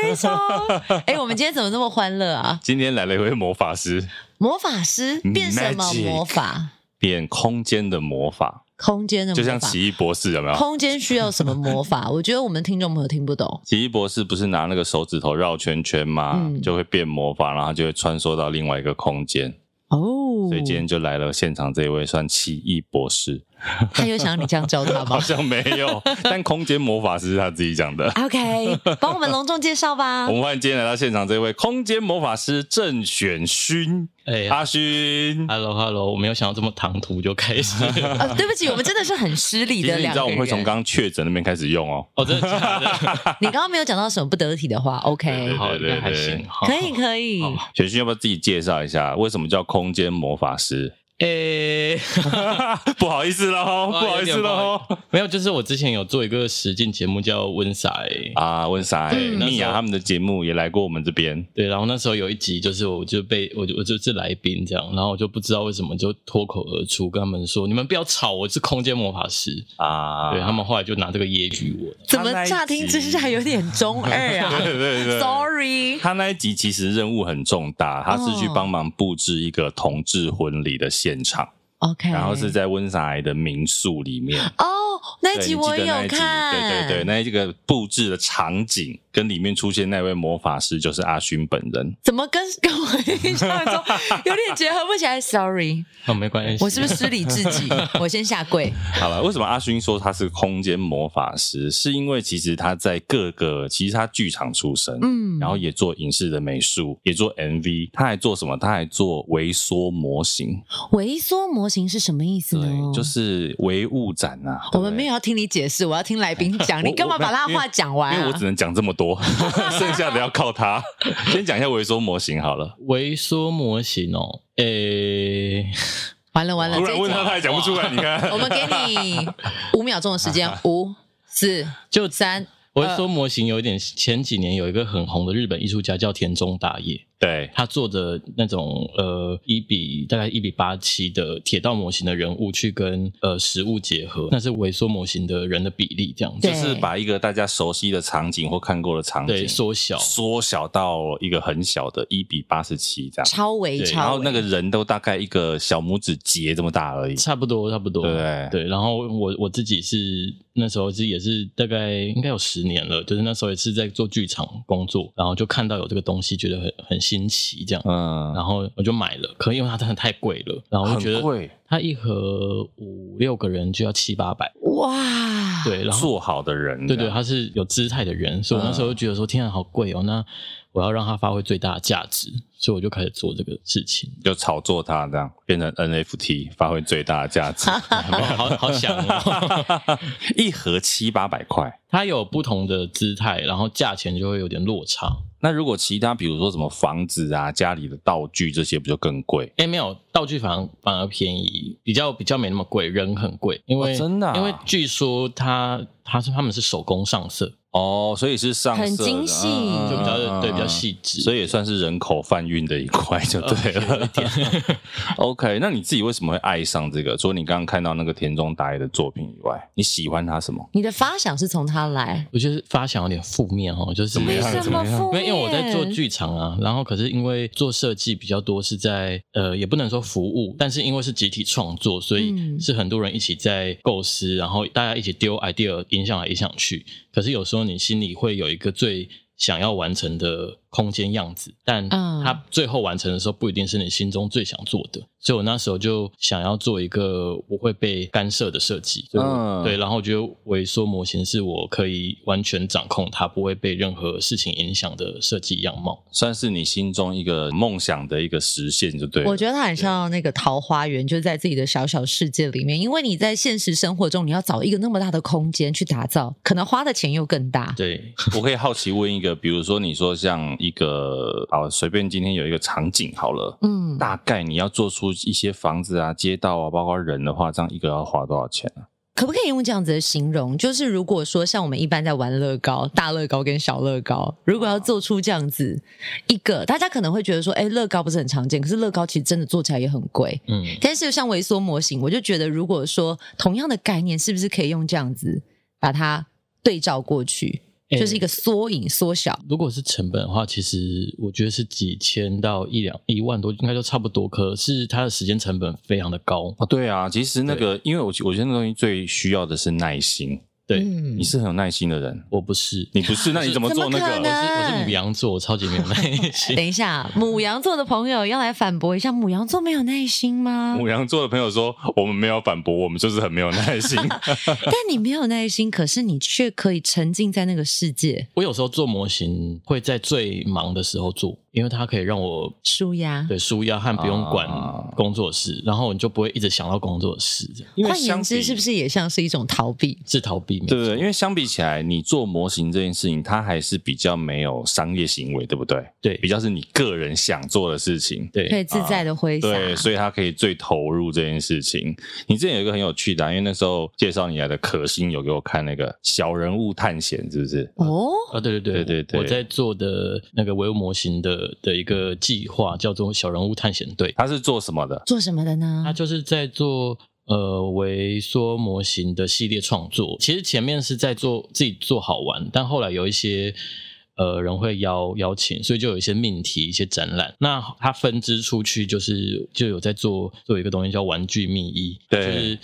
Speaker 3: 悲伤。 哎、我们今天怎么这么欢乐啊？
Speaker 2: 今天来了一位魔法师，
Speaker 3: 魔法师变什么
Speaker 2: Magic
Speaker 3: 魔法？
Speaker 2: 变空间的魔法，
Speaker 3: 空间的魔法，
Speaker 2: 就像奇异博士有没有？
Speaker 3: 空间需要什么魔法？ 我觉得我们听众朋友听不懂。
Speaker 2: 奇异博士不是拿那个手指头绕圈圈吗？
Speaker 3: 嗯
Speaker 2: 就会变魔法，然后他就会穿梭到另外一个空间。
Speaker 3: 哦，
Speaker 2: 所以今天就来了现场这一位算奇异博士，
Speaker 3: 他有想你这样教他 吗
Speaker 2: 好像没 有，但空间魔法师是他自己讲
Speaker 3: 啊
Speaker 2: 的。
Speaker 3: ？OK，帮我们隆重介 绍吧
Speaker 2: 我。们欢迎今天来到现场这位空间魔法师郑选勋，
Speaker 4: 哎
Speaker 2: 阿勋。
Speaker 4: ，Hello Hello，我没有想到这么唐突就开始。
Speaker 3: 呃，对不起，我们真的是很失礼
Speaker 2: 其
Speaker 3: 的
Speaker 2: 实你
Speaker 3: 两
Speaker 2: 知
Speaker 3: 个
Speaker 2: 道
Speaker 3: 人。
Speaker 2: 我们会从刚确诊那边开始用哦。
Speaker 4: 哦，真的假的？
Speaker 3: 你刚刚没有讲到什么不得体的话，OK，
Speaker 4: 好，
Speaker 2: 对对
Speaker 4: 应该还
Speaker 2: 对
Speaker 4: 行。好
Speaker 3: 可以。可以。
Speaker 2: 雪勋要不要自己介绍一下为什么叫空间魔法师？
Speaker 4: 诶，
Speaker 2: 不好意思
Speaker 3: 哦
Speaker 2: 喽，不好意思喽。
Speaker 4: 没有，就是我之前有做一个实境节目叫《温莎》诶，
Speaker 2: 啊，温莎、欸、
Speaker 3: 嗯
Speaker 2: 蜜雅他们的节目也来过我们这边，
Speaker 4: 对，然后那时候有一集就是我就被我就我就是来宾这样，然后我就不知道为什么就脱口而出跟他们说，你们不要吵，我是空间魔法师。
Speaker 2: 啊，
Speaker 4: 对他们后来就拿这个揶揄我，
Speaker 3: 怎么乍听之下有点中二啊
Speaker 2: 对对对
Speaker 3: ？Sorry，
Speaker 2: 他那一集其实任务很重大，他是去帮忙布置一个同志婚礼的现场，
Speaker 3: 哦 OK，
Speaker 2: 然后是在温莎的民宿里面。
Speaker 3: 哦，那一
Speaker 2: 对
Speaker 3: 集
Speaker 2: 你记
Speaker 3: 我
Speaker 2: 得那一
Speaker 3: 有
Speaker 2: 集
Speaker 3: 看，
Speaker 2: 对对对，那一个布置的场景跟里面出现那位魔法师就是阿勋本人。
Speaker 3: 怎么跟跟我印象中 有点结合不起来？Sorry，
Speaker 4: 啊，没关系，
Speaker 3: 我是不是失礼至 极？我先下跪。
Speaker 2: 好了，为什么阿勋说他是空间魔法师？是因为其实他在各个，其实他剧场出身，
Speaker 3: 嗯
Speaker 2: 然后也做影视的美术，也做 MV，他还做什么？他还做微缩模型，
Speaker 3: 萎缩模型是什么意思呢？
Speaker 2: 对，就是唯物展啊。
Speaker 3: 哦我们没
Speaker 2: 有。
Speaker 3: 有要听你解释，我要听来宾讲。你干嘛把他的话讲完、
Speaker 2: 因为我
Speaker 3: 啊
Speaker 2: 只？能讲这么多， 剩下的要靠他。 先讲一下微缩模型好了，
Speaker 4: 微缩模型哦，诶、
Speaker 3: 呃完了完了，
Speaker 2: 突
Speaker 3: 这
Speaker 2: 然
Speaker 3: 一
Speaker 2: 问
Speaker 3: 集哦
Speaker 2: 他他也讲不出来，你看
Speaker 3: 我。们给你五秒钟的 时间，五、四、
Speaker 4: 就
Speaker 3: 三。
Speaker 4: 微缩模型有一点，前几年有一个很红的日本艺术家叫田中大业，
Speaker 2: 对，
Speaker 4: 他做的那种呃一比大概一比八七的铁道模型的人物去跟呃实物结合，那是微缩模型的人的比例这样子，
Speaker 3: 对
Speaker 2: 就是把一个大家熟悉的场景或看过的场景
Speaker 4: 对，缩小。
Speaker 2: 缩小到一个很小的一比八十七这样，
Speaker 3: 超维
Speaker 4: 对
Speaker 2: 然
Speaker 3: 超
Speaker 2: 后
Speaker 3: 维，
Speaker 2: 那个人都大概一个小拇指节这么大而已。
Speaker 4: 差不多，差不多，
Speaker 2: 对不对
Speaker 4: 然后我我自己是那时候是也是大概应该有十年了，就是那时候也是在做剧场工作，然后就看到有这个东西，觉得很很新奇这样，
Speaker 2: 嗯，
Speaker 4: 然后我就买了。可因为它真的太贵了，然后我就觉
Speaker 2: 很
Speaker 4: 得
Speaker 2: 贵，
Speaker 4: 它一盒五六个人就要七八百，
Speaker 3: 哇，
Speaker 4: 对，然后
Speaker 2: 做好的人，
Speaker 4: 对对，他是有姿态的人，所以我
Speaker 2: 嗯
Speaker 4: 那时候就觉得说，天啊，好贵哦！那我要让它发挥最大的价值，所以我就开始做这个 事情。
Speaker 2: 就炒作它这样，变成 NFT，发挥最大的价 值，
Speaker 4: 好好想哦，
Speaker 2: 一盒七八百块。
Speaker 4: 它有不同的姿态，然后价钱就会有点落差。
Speaker 2: 那如果其他，比如说什么房子啊、家里的道具这些，不就更贵？
Speaker 4: 哎，没有道具反而反而便宜，比较比较没那么贵，人很贵，因为、
Speaker 2: 哦真的啊
Speaker 4: 因为据说它它是他们是手工上色，
Speaker 2: 哦，所以是上色的
Speaker 3: 很精细
Speaker 4: 就比较、对比较，细
Speaker 2: 嗯
Speaker 4: 致，哦
Speaker 2: 所以也算是人口贩运的一块就嗯对
Speaker 4: 呃
Speaker 2: 了。OK，那你自己为什么会爱上这个？除了你刚刚看到那个田中达也的作品以外，你喜欢他什么？
Speaker 3: 你的发想是从他来，
Speaker 4: 我觉得发想有点负面哦，就是
Speaker 2: 怎么
Speaker 3: 为
Speaker 2: 样
Speaker 3: 什
Speaker 2: 怎么样
Speaker 3: 负
Speaker 4: 没
Speaker 3: 面？
Speaker 4: 有，因为我在做剧场啊，然后可是因为做设计比较多是在呃，也不能说服务，但是因为是集体创作，所以
Speaker 3: 嗯
Speaker 4: 是很多人一起在构思，然后大家一起丢 idea 影响来影响去。可是有时候你心里会有一个最想要完成的空间样子，但
Speaker 3: 嗯
Speaker 4: 它最后完成的时候不一定是你心中最想做的。所以我那时候就想要做一个不会被干涉的设计，所以我
Speaker 2: 嗯
Speaker 4: 对，然后我觉得萎缩模型是我可以完全掌控它，不会被任何事情影响的设计样貌。
Speaker 2: 算是你心中一个梦想的一个实现，就对了。
Speaker 3: 我觉得他很像那个桃花源，就是在自己的小小世界里面。因为你在现实生活中，你要找一个那么大的空间去打造，可能花的钱又更大。
Speaker 4: 对，
Speaker 2: 我可以好奇问一个，比如说你说像一个好随便今天有一个场景好了，
Speaker 3: 嗯，
Speaker 2: 大概你要做出一些房子啊、街道啊，包括人的话，这样一个要花多少钱啊？
Speaker 3: 可不可以用这样子的形容？就是如果说像我们一般在玩乐高，大乐高跟小乐高，如果要做出这样子一个，大家可能会觉得说，哎、乐高不是很常见，可是乐高其实真的做起来也很贵。
Speaker 4: 嗯，
Speaker 3: 但是像微缩模型，我就觉得如果说同样的概念，是不是可以用这样子把它对照过去，
Speaker 2: 哎
Speaker 4: 诶
Speaker 3: 就是一个缩影缩小？
Speaker 4: 如果是成本的话，其实我觉得是几千到一两一万多，应该就差不多。可是它的时间成本非常的高，
Speaker 2: 哦，对啊，其实那个，因为我觉我觉得那东西最需要的是耐心。
Speaker 4: 对
Speaker 3: 嗯
Speaker 2: 你是很有耐心的人，
Speaker 4: 我不是，
Speaker 2: 你不是，那你怎么
Speaker 3: 啊怎么
Speaker 2: 做那
Speaker 3: 可
Speaker 2: 个
Speaker 3: 能？
Speaker 4: 我是母羊座，我超级没有耐心。
Speaker 3: 哎 等一下，母羊座的朋友要来反驳一下，母羊座没有耐心吗？
Speaker 2: 母羊座的朋友说，我们没有反驳，我们就是很没有耐心。
Speaker 3: 但你没有耐心，可是你却可以沉浸在那个世界，
Speaker 4: 我有时候做模型会在最忙的时候做，因为它可以让我
Speaker 3: 舒压。
Speaker 4: 对舒压和不用管
Speaker 2: 啊
Speaker 4: 工作室，然后你就不会一直想到工作室，这样
Speaker 2: 因为
Speaker 3: 换言
Speaker 2: 相
Speaker 3: 之，
Speaker 2: 比
Speaker 3: 是不？是也像是一种逃避？
Speaker 4: 是逃避。没
Speaker 2: 对不
Speaker 4: 错
Speaker 2: 对？因为相比起来，你做模型这件事情，它还是比较没有商业行为，对不对？
Speaker 4: 对
Speaker 2: 比较是你个人想做的事情。
Speaker 4: 对
Speaker 3: 可以自在的挥洒。
Speaker 2: 啊对，所以他可以最投入这件事情。你之前有一个很有趣的啊、因为那时候介绍你来的可心有给我看那个小人物探险，是不是？
Speaker 3: 哦，
Speaker 4: 啊，对对对
Speaker 2: 对对对
Speaker 4: 我在做的那个唯物模型的的一个计划叫做“小人物探险队
Speaker 2: 他是做什么的？
Speaker 3: 做什么的”，
Speaker 4: 它
Speaker 3: 呢？
Speaker 4: 就是在做呃微缩模型的系列创作。其实前面是在做自己做好玩，但后来有一些。呃，人会邀邀请，所以就有一些命题、一些展览。那它分支出去，就是就有在做做一个东西叫玩具密衣，
Speaker 2: 对
Speaker 4: 就是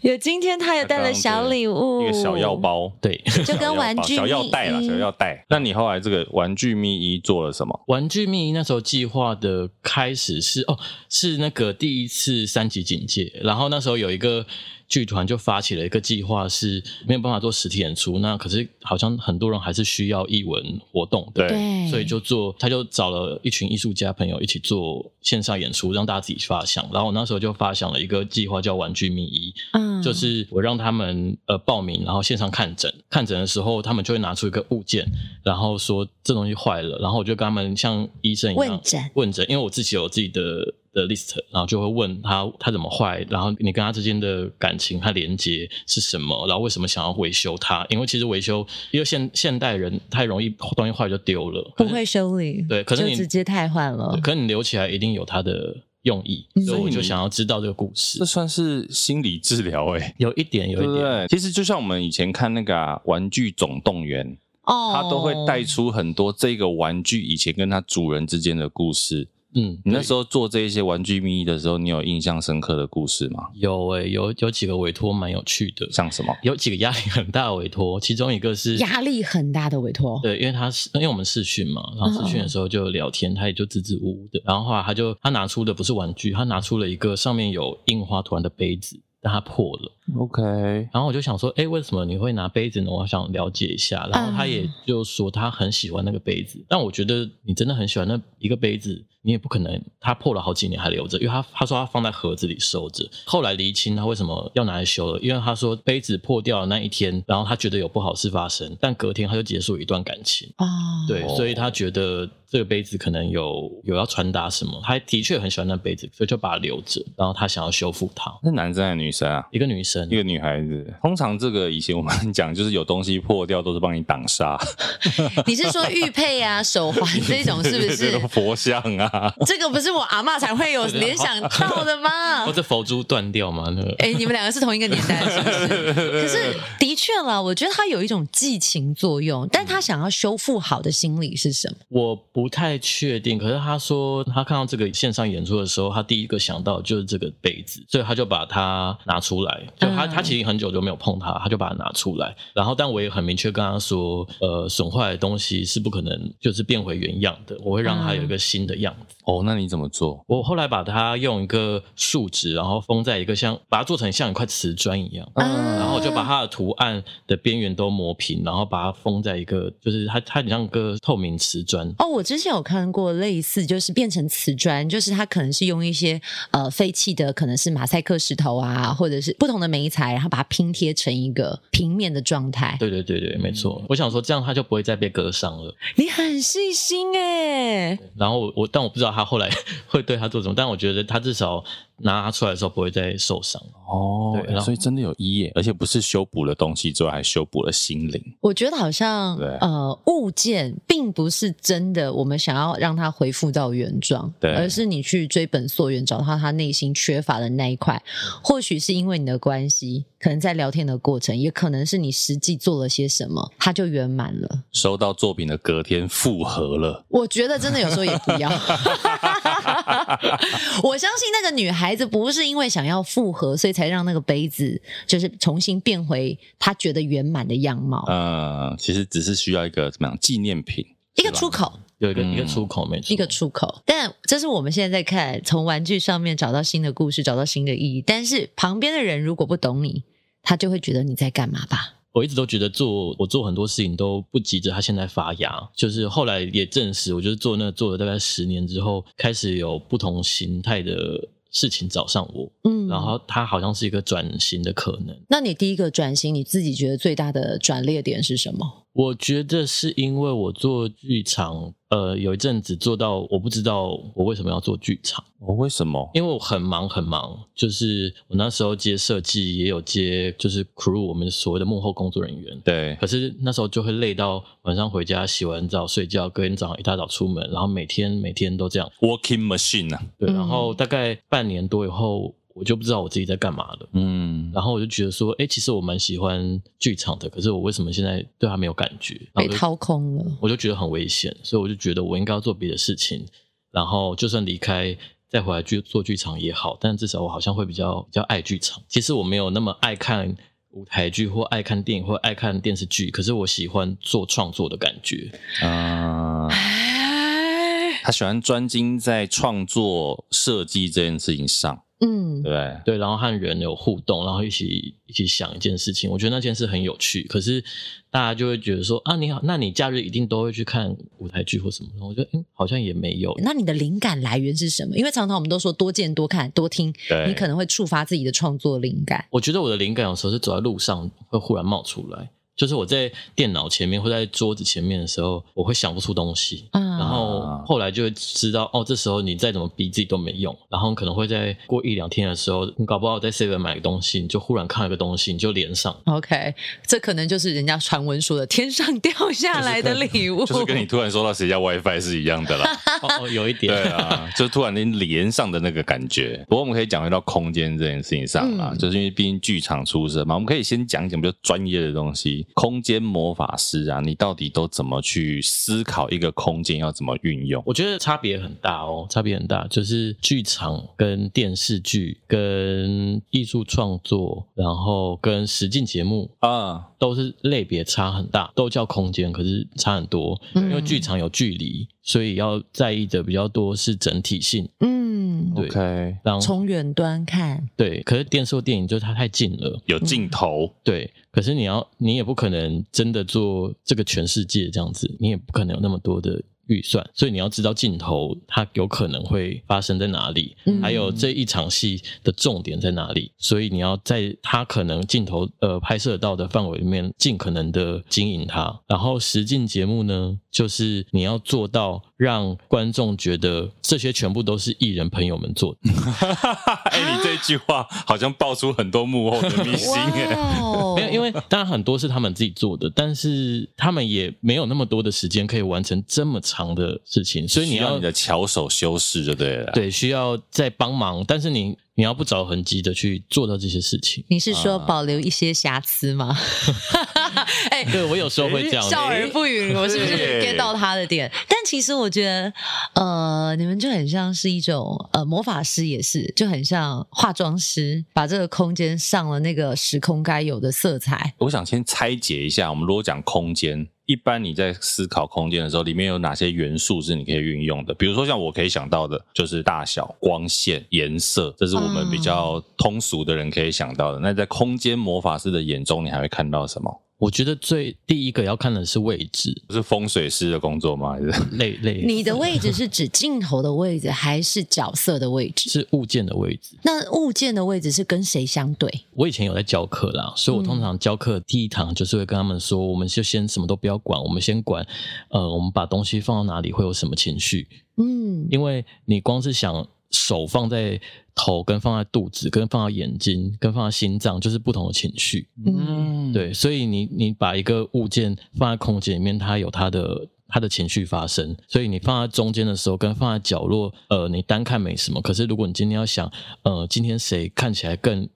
Speaker 3: 有今天他也带了小礼物，
Speaker 2: 一个小药，包，
Speaker 4: 对，
Speaker 3: 就
Speaker 2: 小
Speaker 3: 跟
Speaker 2: 药
Speaker 3: 玩
Speaker 2: 包
Speaker 3: 具
Speaker 2: 小药袋啦，
Speaker 3: 蜜衣
Speaker 2: 小药袋。那你后来这个玩具密衣做了什么？
Speaker 4: 玩具密那时候计划的开始是哦，是那个第一次三级警戒，然后那时候有一个剧团就发起了一个计划，是没有办法做实体演出，那可是好像很多人还是需要艺文活动的，
Speaker 2: 对
Speaker 3: 对，
Speaker 4: 所以就做，他就找了一群艺术家朋友一起做线上演出，让大家自己发想。然后我那时候就发想了一个计划，叫“玩具密衣”，
Speaker 3: 嗯
Speaker 4: 就是我让他们呃报名，然后线上看诊。看诊的时候，他们就会拿出一个物件，然后说这东西坏了，然后我就跟他们像医生一样
Speaker 3: 问诊
Speaker 4: 问诊，因为我自己有自己的的 list，然后就会问他他怎么坏，然后你跟他之间的感情他连接是什么，然后为什么想要维修它？因为其实维修，因为现现代人太容易东西坏就丢了，
Speaker 3: 不会修理，
Speaker 4: 对可是
Speaker 3: 就
Speaker 4: 你
Speaker 3: 直接汰换了
Speaker 4: 对，可能你留起来一定有它的用意，
Speaker 3: 嗯
Speaker 4: 所以我
Speaker 2: 所以
Speaker 4: 就
Speaker 2: 你
Speaker 4: 想要知道这个故事
Speaker 2: 这。算是心理治疗哎、欸，
Speaker 4: 有一点，有
Speaker 2: 对
Speaker 4: 一
Speaker 2: 不
Speaker 4: 点，
Speaker 2: 对？其实就像我们以前看那个啊、玩具总动员》，
Speaker 3: 哦，
Speaker 2: 它都会带出很多这个玩具以前跟它主人之间的故事。
Speaker 4: 嗯，
Speaker 2: 你那
Speaker 4: 对
Speaker 2: 时候做这一些玩具秘密的时候，你有印象深刻的故事吗？
Speaker 4: 有诶、有有几个委托蛮有趣的，
Speaker 2: 像什么？
Speaker 4: 有几个压力很大的委托，其中一个是
Speaker 3: 哦压力很大的委托，
Speaker 4: 对，因为他是因为我们视讯嘛，
Speaker 3: 嗯
Speaker 4: 然后视讯的时候就有聊天，他也就支支吾吾的。然后后来他就他拿出的不是玩具，他拿出了一个上面有印花图案的杯子，但它破了。
Speaker 2: OK，
Speaker 4: 然后我就想说，哎，为什么你会拿杯子呢？我想了解一下。然后他也就说他很喜欢那个杯子，但我觉得你真的很喜欢那一个杯子，你也不可能它破了好几年还留着，因为他他说他放在盒子里收着。后来厘清他为什么要拿来修了，因为他说杯子破掉的那一天，然后他觉得有不好事发生，但隔天他就结束一段感情。
Speaker 3: 哦，
Speaker 4: 对，所以他觉得这个杯子可能有有要传达什么，他的确很喜欢那杯子，所以就把它留着，然后他想要修复它。
Speaker 2: 是男生还是女生啊？
Speaker 4: 一个女生
Speaker 2: 一，个女孩子，通常这个以前我们讲就是有东西破掉都是帮你挡沙，
Speaker 3: 你是说玉佩啊、手环这种是不
Speaker 2: 这
Speaker 3: 是
Speaker 2: 种？佛像啊？
Speaker 3: 这个不是我阿嬷才会有联想到的 吗
Speaker 4: 或？者哦佛珠断掉吗？那个
Speaker 3: 哎、你们两个是同一个年代，是不 是？可是的确啦，我觉得它有一种寄情作用，但他想要修复好的心理是什么？
Speaker 4: 我不太确定，可是他说他看到这个线上演出的时候，他第一个想到就是这个杯子，所以他就把它拿出来。就他、
Speaker 3: 嗯
Speaker 4: 他其实很久就没有碰它，他就把它拿出来。然后，但我也很明确跟他说，呃，损坏的东西是不可能就是变回原样的，我会让它有一个新的样子。
Speaker 2: 哦，那你怎么做？
Speaker 4: 我后来把它用一个树脂，然后封在一个像把它做成像一块瓷砖一样。
Speaker 3: 啊
Speaker 4: 嗯然后我就把它的图案的边缘都磨平，然后把它封在一个，就是它它很像个透明瓷砖，
Speaker 3: 哦，我之前有看过类似，就是变成瓷砖，就是它可能是用一些呃废弃的，可能是马赛克石头啊，或者是不同的媒材，然后把它拼贴成一个平面的状态。
Speaker 4: 对对对对，没
Speaker 3: 嗯
Speaker 4: 错。我想说这样他就不会再被割伤了。
Speaker 3: 你很细心哎、
Speaker 4: 然后我我但我不知道他后来 会对他做什么，但我觉得他至少拿它出来的时候不会再受伤。
Speaker 2: 哦
Speaker 4: 对然，后
Speaker 2: 所以真的有一耶，而且不是修补了东西之后，还修补了心灵。
Speaker 3: 我觉得好像
Speaker 2: 对
Speaker 3: 呃，物件并不是真的，我们想要让它恢复到原状，
Speaker 2: 对
Speaker 3: 而是你去追本溯源，找到他内心缺乏的那一块。
Speaker 2: 嗯
Speaker 3: 或许是因为你的关系，可能在聊天的过程，也可能是你实际做了些什么，它就圆满了。
Speaker 2: 收到作品的隔天复合了，
Speaker 3: 我觉得真的有时候也不要。 我相信那个女孩子不是因为想要复合，所以才让那个杯子就是重新变回她觉得圆满的样貌，
Speaker 4: 哦啊
Speaker 2: 嗯，其实只是需要一个怎么样纪念品，
Speaker 3: 一个出口。
Speaker 4: 有一个、
Speaker 2: 嗯
Speaker 4: 一个出口，没错，
Speaker 3: 一个出口。但这是我们现在在看，从玩具上面找到新的故事，找到新的意义。但是旁边的人如果不懂你，他就会觉得你在干嘛吧？
Speaker 4: 我一直都觉得做我做很多事情都不急着它现在发芽，就是后来也证实，我就是做那个做了大概十年之后，开始有不同形态的事情找上我，
Speaker 3: 嗯，
Speaker 4: 然后它好像是一个转型的可能。
Speaker 3: 那你第一个转型，你自己觉得最大的转捩点是什么？
Speaker 4: 我觉得是因为我做剧场，呃，有一阵子做到我不知道我为什么要做剧场，
Speaker 2: 哦，为什么？
Speaker 4: 因为我很忙很忙，就是我那时候接设计，也有接就是 crew 我们所谓的幕后工作人员。
Speaker 2: 对，
Speaker 4: 可是那时候就会累到晚上回家洗完澡睡觉，隔天早上一大早出门，然后每天每天都这样。
Speaker 2: Working Machine 啊，
Speaker 4: 对，
Speaker 3: 嗯
Speaker 4: 然后大概半年多以后，我就不知道我自己在干嘛了。
Speaker 2: 嗯，
Speaker 4: 然后我就觉得说，哎，其实我蛮喜欢剧场的，可是我为什么现在对它没有感觉？然后我
Speaker 3: 被
Speaker 4: 就
Speaker 3: 掏空了。
Speaker 4: 我就觉得很危险，所以我就觉得我应该要做别的事情。然后就算离开再回来剧做剧场也好，但至少我好像会比较比较爱剧场。其实我没有那么爱看舞台剧，或爱看电影，或爱看电视剧，可是我喜欢做创作的感觉。
Speaker 2: 啊、
Speaker 3: 哎
Speaker 2: 他喜欢专精在创作设计这件事情上，
Speaker 3: 嗯
Speaker 2: 对不对？
Speaker 4: 对，然后和人有互动，然后一起一起想一件事情，我觉得那件事很有趣。可是大家就会觉得说啊，你好，那你假日一定都会去看舞台剧或什么？然后我觉得嗯，好像也没有。
Speaker 3: 那你的灵感来源是什么？因为常常我们都说多见、多看、多听，
Speaker 2: 对
Speaker 3: 你可能会触发自己的创作灵感。
Speaker 4: 我觉得我的灵感有时候是走在路上会忽然冒出来，就是我在电脑前面或在桌子前面的时候，我会想不出东西。
Speaker 3: 嗯，
Speaker 4: 然后后来就会知道，哦，这时候你再怎么逼自己都没用。然后可能会在过一两天的时候，你搞不好在 Seven 买个东西，你就忽然看了个东西，你就连上。
Speaker 3: OK，这可能就是人家传闻说的天上掉下来的礼物，
Speaker 2: 就是跟你突然收到谁家 WiFi 是一样的 啦。
Speaker 4: 哦，哦有一点，
Speaker 2: 对啊，就是突然间连上的那个感觉。不过我们可以讲回到空间这件事情上啦，
Speaker 3: 嗯
Speaker 2: 就是因为毕竟剧场出身嘛，我们可以先讲一讲比较专业的东西。空间魔法师啊，你到底都怎么去思考一个空间要怎么运用？
Speaker 4: 我觉得差别很大哦，差别很大，就是剧场跟电视剧、跟艺术创作，然后跟实境节目
Speaker 2: 啊，
Speaker 4: 都是类别差很大，都叫空间，可是差很多。
Speaker 3: 嗯
Speaker 4: 因为剧场有距离，所以要在意的比较多是整体性。
Speaker 3: 嗯，
Speaker 4: 对
Speaker 2: OK，
Speaker 4: 当
Speaker 3: 从远端看，
Speaker 4: 对，可是电视或电影就它太近了，
Speaker 2: 有镜头，
Speaker 4: 对。可是你要，你也不可能真的做这个全世界这样子，你也不可能有那么多的预算，所以你要知道镜头它有可能会发生在哪里，
Speaker 3: 嗯
Speaker 4: 还有这一场戏的重点在哪里，所以你要在它可能镜头呃拍摄到的范围里面，尽可能的经营它。然后实境节目呢，就是你要做到让观众觉得这些全部都是艺人朋友们做的，
Speaker 2: 哎、你这句话好像爆出很多幕后的秘辛哎、
Speaker 3: 哇哦
Speaker 4: 没有，因为当然很多是他们自己做的，但是他们也没有那么多的时间可以完成这么长的事情，所以你
Speaker 2: 需
Speaker 4: 要
Speaker 2: 你的巧手修饰就对了。，
Speaker 4: 对需要再帮忙，但是你你要不着痕迹的去做到这些事情。
Speaker 3: 你是
Speaker 4: 啊
Speaker 3: 说保留一些瑕疵吗？哎、
Speaker 4: 对我有时候会这样，
Speaker 3: 笑而不语，我 是不是
Speaker 2: 对
Speaker 3: get 到他的点？但其实我觉得，呃，你们就很像是一种呃魔法师，也是就很像化妆师，把这个空间上了那个时空该有的色彩。
Speaker 2: 我想先拆解一下，我们如果讲空间，一般你在思考空间的时候，里面有哪些元素是你可以运用的？比如说像我可以想到的，就是大小、光线、颜色，这是我们
Speaker 3: 嗯
Speaker 2: 比较通俗的人可以想到的。那在空间魔法师的眼中，你还会看到什么？
Speaker 4: 我觉得最第一个要看的是位置，
Speaker 2: 是风水师的工作吗？还是
Speaker 4: 类类
Speaker 3: 你的位置是指镜头的位置，还是角色的位置？
Speaker 4: 是物件的位置。
Speaker 3: 那物件的位置是跟谁相对？
Speaker 4: 我以前有在教课啦，所以我通常教课第一堂就是会跟他们说，我们就先什么都不要管，我们先管，呃，我们把东西放到哪里会有什么情绪，
Speaker 3: 嗯，
Speaker 4: 因为你光是想手放在头，跟放在肚子，跟放在眼睛，跟放在心脏，就是不同的情绪。
Speaker 3: 嗯，
Speaker 4: 对，所以你你把一个物件放在空间里面，它有它的它的情绪发生。所以你放在中间的时候，跟放在角落，呃，你单看没什么。可是如果你今天要想，呃，今天谁看起来更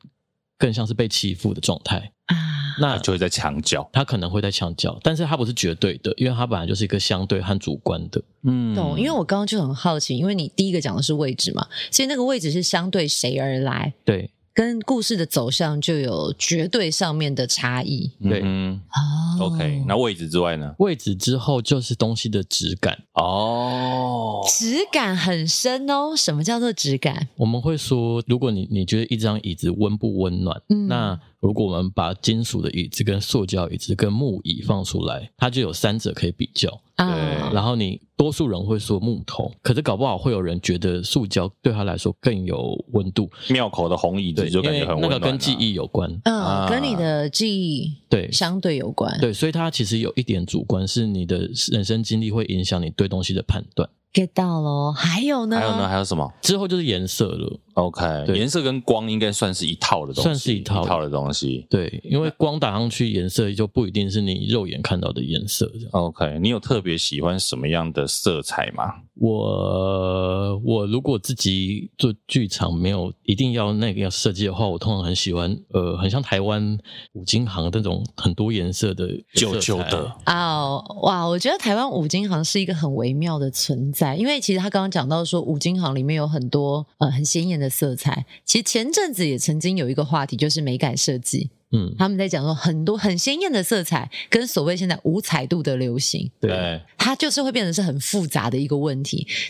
Speaker 4: 更像是被欺负的状态，
Speaker 3: 啊，
Speaker 4: 那
Speaker 2: 那就会在墙角。
Speaker 4: 他可能会在墙角，但是它不是绝对的，因为它本来就是一个相对和主观的。
Speaker 2: 嗯
Speaker 3: 懂，因为我刚刚就很好奇，因为你第一个讲的是位置嘛，所以那个位置是相对谁而来，
Speaker 4: 对，
Speaker 3: 跟故事的走向就有绝对上面的差异。
Speaker 4: 对
Speaker 2: 嗯哼
Speaker 3: 哦
Speaker 2: OK，那位置之外呢？
Speaker 4: 位置之后就是东西的质感。
Speaker 2: 哦，
Speaker 3: 质感很深哦。什么叫做质感？
Speaker 4: 我们会说，如果你你觉得一张椅子温不温暖，
Speaker 3: 嗯
Speaker 4: 那如果我们把金属的椅子、跟塑胶椅子、跟木椅放出来，它就有三者可以比较。
Speaker 3: 啊，
Speaker 4: 然后你多数人会说木头，可是搞不好会有人觉得塑胶对他来说更有温度，
Speaker 2: 庙口的红椅
Speaker 4: 对，
Speaker 2: 子
Speaker 4: 因
Speaker 2: 就感
Speaker 4: 为
Speaker 2: 觉很温
Speaker 4: 那
Speaker 2: 暖、
Speaker 4: 个
Speaker 2: 啊。
Speaker 4: 跟记忆有关，
Speaker 3: 嗯，
Speaker 2: 啊
Speaker 3: 跟你的记忆
Speaker 4: 对
Speaker 3: 相对有关。，
Speaker 4: 对，所以它其实有一点主观，是你的人生经历会影响你对东西的判断。
Speaker 3: get 到喽。还有呢？
Speaker 2: 还有呢？还有什么？
Speaker 4: 之后就是颜色了，
Speaker 2: OK，
Speaker 4: 对
Speaker 2: 颜色跟光应该算是一套的东西，
Speaker 4: 算是一套
Speaker 2: 的东西。
Speaker 4: 对，因为光打上去颜色就不一定是你肉眼看到的颜色，这样。
Speaker 2: OK，你有特别喜欢什么样的色彩吗？
Speaker 4: 我我如果自己做剧场，没有一定要那个要设计的话，我通常很喜欢呃，很像台湾五金行那种很多颜色的
Speaker 2: 旧旧
Speaker 4: 色彩啊
Speaker 2: 的，
Speaker 3: 啊、哇！我觉得台湾五金行是一个很微妙的存彩，因为其实他刚刚讲到说五金行里面有很多呃很鲜艳的色彩，其实前阵子也曾经有一个话题就是美感设计，
Speaker 4: 嗯，
Speaker 3: 他们在讲说很多很鲜艳的色彩跟所谓现在五彩度的流行，
Speaker 4: 对，
Speaker 3: 它就是会变成是很复杂的一个问题。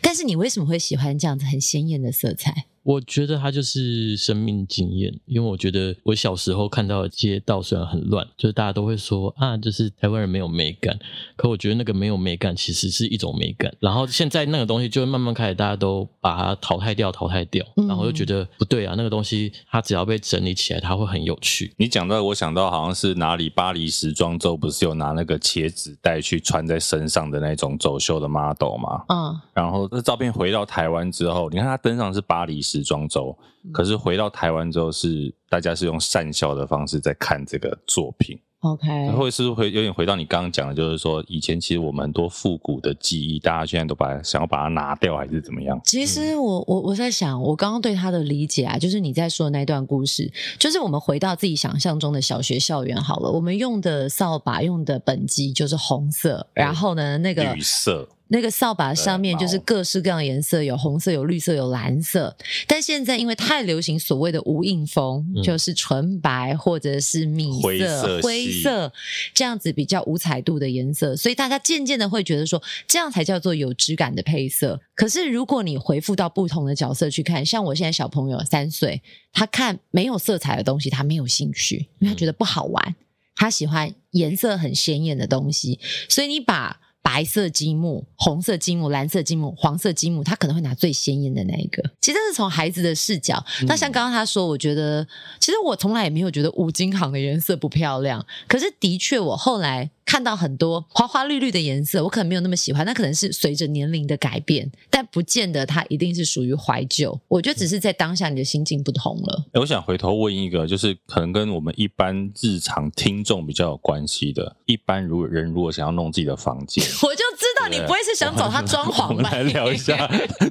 Speaker 3: 但是你为什么会喜欢这样子很鲜艳的色彩？
Speaker 4: 我觉得它就是生命经验，因为我觉得我小时候看到的街道虽然很乱，就是大家都会说啊，就是台湾人没有美感，可我觉得那个没有美感其实是一种美感。然后现在那个东西就会慢慢开始大家都把它淘汰掉，淘汰掉，
Speaker 3: 嗯
Speaker 4: 然后我就觉得不对啊，那个东西它只要被整理起来，它会很有趣。
Speaker 2: 你讲到，我想到好像是哪里巴黎时装周，不是有拿那个茄子带去穿在身上的那种走秀的 model 吗？
Speaker 3: 嗯，
Speaker 2: 然后这照片回到台湾之后，你看他登上是巴黎时装周，可是回到台湾之后是大家是用善笑的方式在看这个作品，
Speaker 3: OK，
Speaker 2: 或者是回有点回到你刚刚讲的，就是说以前其实我们很多复古的记忆，大家现在都把它想要把它拿掉还是怎么样？
Speaker 3: 其实
Speaker 2: 嗯
Speaker 3: 我我我在想，我刚刚对他的理解啊，就是你在说的那段故事，就是我们回到自己想象中的小学校园好了，我们用的扫把用的本机就是红色，
Speaker 2: 哎
Speaker 3: 然后呢，那个
Speaker 2: 绿色，
Speaker 3: 那个扫把上面就是
Speaker 2: 毛
Speaker 3: 各式各样的颜色，有红色、有绿色、有蓝色。但现在因为太流行所谓的无印风，
Speaker 4: 嗯
Speaker 3: 就是纯白或者是米
Speaker 2: 灰色
Speaker 3: 色、
Speaker 2: 系
Speaker 3: 灰色这样子比较无彩度的颜色，所以大家渐渐的会觉得说，这样才叫做有质感的配色。可是如果你回复到不同的角色去看，像我现在小朋友三岁，他看没有色彩的东西，他没有兴趣，因为他觉得不好玩。他喜欢颜色很鲜艳的东西，所以你把白色积木、红色积木、蓝色积木、黄色积木，他可能会拿最鲜艳的那一个。其实这是从孩子的视角。
Speaker 2: 嗯
Speaker 3: 那像刚刚他说，我觉得其实我从来也没有觉得五金行的颜色不漂亮，可是的确我后来。看到很多花花绿绿的颜色，我可能没有那么喜欢，那可能是随着年龄的改变，但不见得它一定是属于怀旧。我觉得只是在当下你的心境不同了。
Speaker 2: 欸我想回头问一个，就是可能跟我们一般日常听众比较有关系的。一般如人如果想要弄自己的房间，
Speaker 3: 我就知 道你不会是想找他装
Speaker 2: 嗯 我
Speaker 3: 潢吧？
Speaker 2: 们来聊一下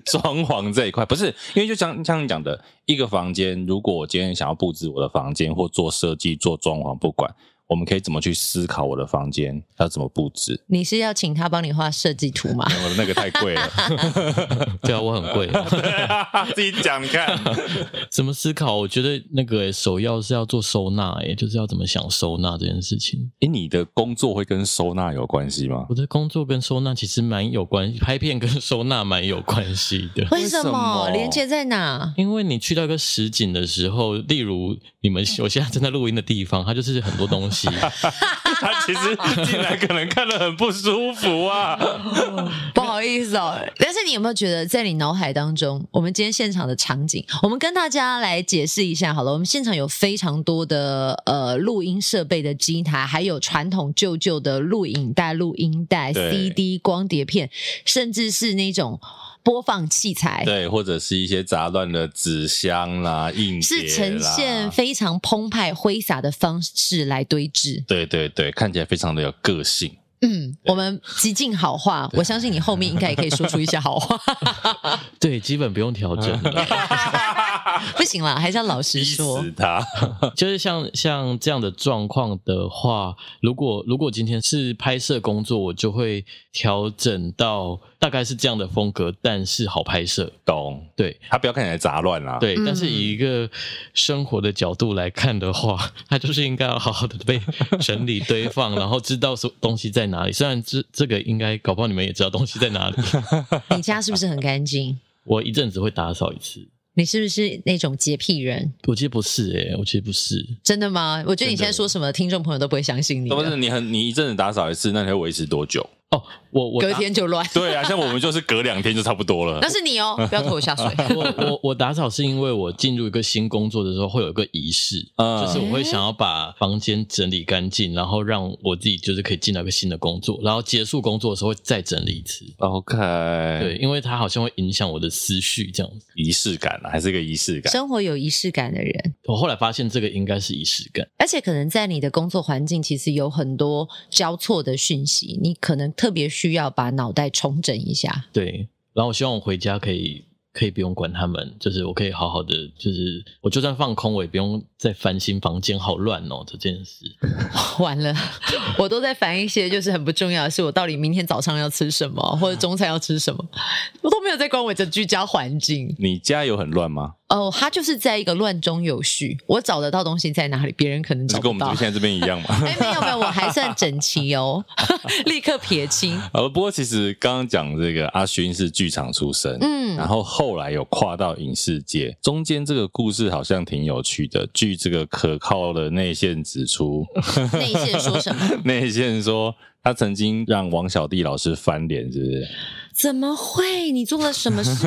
Speaker 2: 装潢这一块。不是，因为就像像你讲的，一个房间，如果我今天想要布置我的房间或做设计、做装潢，不管我们可以怎么去思考我的房间要怎么布置。
Speaker 3: 你是要请他帮你画设计图吗？
Speaker 2: 我的那个太贵了，
Speaker 4: 对啊，我
Speaker 3: 。
Speaker 4: 很贵，
Speaker 2: 自己讲你 看。
Speaker 4: 怎么思考？我觉得那个、欸首要是要做收纳、欸，就是要怎么想收纳这件事情。
Speaker 2: 哎，你的工作会跟收纳有关系吗？
Speaker 4: 我的工作跟收纳其实蛮有关系，拍片跟 收纳蛮有关系的
Speaker 3: 为
Speaker 2: 什
Speaker 3: 什
Speaker 2: 么
Speaker 3: 么？连接在哪？
Speaker 4: 因为你去到一个实景的时候，例如你们我现在正在录音的地方，它就是很多东西，
Speaker 2: 他其实进来可能看得很不舒服啊。
Speaker 3: 不好意思哦，但是你有没有觉得，在你脑海当中，我们今天现场的场景，我们跟大家来解释一下好了。我们现场有非常多的呃录音设备的机台，还有传统旧旧的录影带、录音带、
Speaker 2: 对
Speaker 3: CD、光碟片，甚至是那种播放器材。
Speaker 2: 对，或者是一些杂乱的纸箱啦、硬碟
Speaker 3: 是呈
Speaker 2: 啦
Speaker 3: 现非常澎湃挥洒的方式来堆置，
Speaker 2: 对对对，看起来非常的有个性。
Speaker 3: 嗯，我们极尽好话，我相信你后面应该也可以说出一些好话。
Speaker 4: 对，基本不用调整了。
Speaker 3: 不行啦，还是要老实
Speaker 2: 逼
Speaker 3: 说
Speaker 2: 死。他！
Speaker 4: 就是像像这样的状况的话，如果如果今天是拍摄工作，我就会调整到大概是这样的风格，但是好拍摄。
Speaker 2: 懂，
Speaker 4: 对
Speaker 2: 他不要看起来杂乱啦。，
Speaker 4: 对，
Speaker 3: 嗯
Speaker 4: 但是以一个生活的角度来看的话，它就是应该要好好的被整理堆放，然后知道所东西在哪里。虽然这这个应该搞不好你们也知道东西在哪里，
Speaker 3: 你家是不是很干净？
Speaker 4: 我一阵子会打扫一次。
Speaker 3: 你是不是那种洁癖人？
Speaker 4: 我其实不是诶、我其实不是。
Speaker 3: 真的吗？我觉得你现在说什么，听众朋友都不会相信你的。
Speaker 2: 不是你很你一阵子打扫一次，那你会维持多久？
Speaker 4: 哦，我我
Speaker 3: 隔
Speaker 4: 打
Speaker 3: 天就 乱，
Speaker 2: 对啊，像我们就是隔两天就差不多了
Speaker 3: 那。是你 哦，不要拖我下水。
Speaker 4: 我我我打扫是因为我进入一个新工作的时候会有一个仪式，
Speaker 2: 嗯
Speaker 4: 就是我会想要把房间整理干净，然后让我自己就是可以进到一个新的工作，然后结束工作的时候会再整理一次。
Speaker 2: OK，
Speaker 4: 对，，因为它好像会影响我的思绪这样子。
Speaker 2: 仪式感啊还是一个仪式感。
Speaker 3: 生活有仪式感的人，
Speaker 4: 我后来发现这个应该是仪式感，
Speaker 3: 而且可能在你的工作环境，其实有很多交错的讯息，你可能特别需要把脑袋重整一下。
Speaker 4: 对。然后我希望我回家可以可以不用管他们，就是我可以好好的，就是我就算放空，我也不用再烦心房间好乱哦这件事。
Speaker 3: 完了，我都在烦一些就是很不重要的事，我到底明天早上要吃什么，或者中餐要吃什么，我都没有在管我的居家环境。
Speaker 2: 你家有很乱吗？
Speaker 3: 哦，他就是在一个乱中有序，我找得到东西在哪里，别人可能
Speaker 2: 就
Speaker 3: 找
Speaker 2: 跟我
Speaker 3: 不
Speaker 2: 们
Speaker 3: 到
Speaker 2: 这。现在这边一样嘛。
Speaker 3: 哎，没有没有，我还算整齐哦， 立刻撇清。
Speaker 2: 呃，不过其实刚刚讲这个阿勋是剧场出身，
Speaker 3: 嗯
Speaker 2: 然后后来有跨到影视界，中间这个故事好像挺有趣的。据这个可靠的内线指出，
Speaker 3: 内线说什么？
Speaker 2: 内线说他曾经让王小弟老师翻脸，是不是？
Speaker 3: 怎么会？你做了什么事？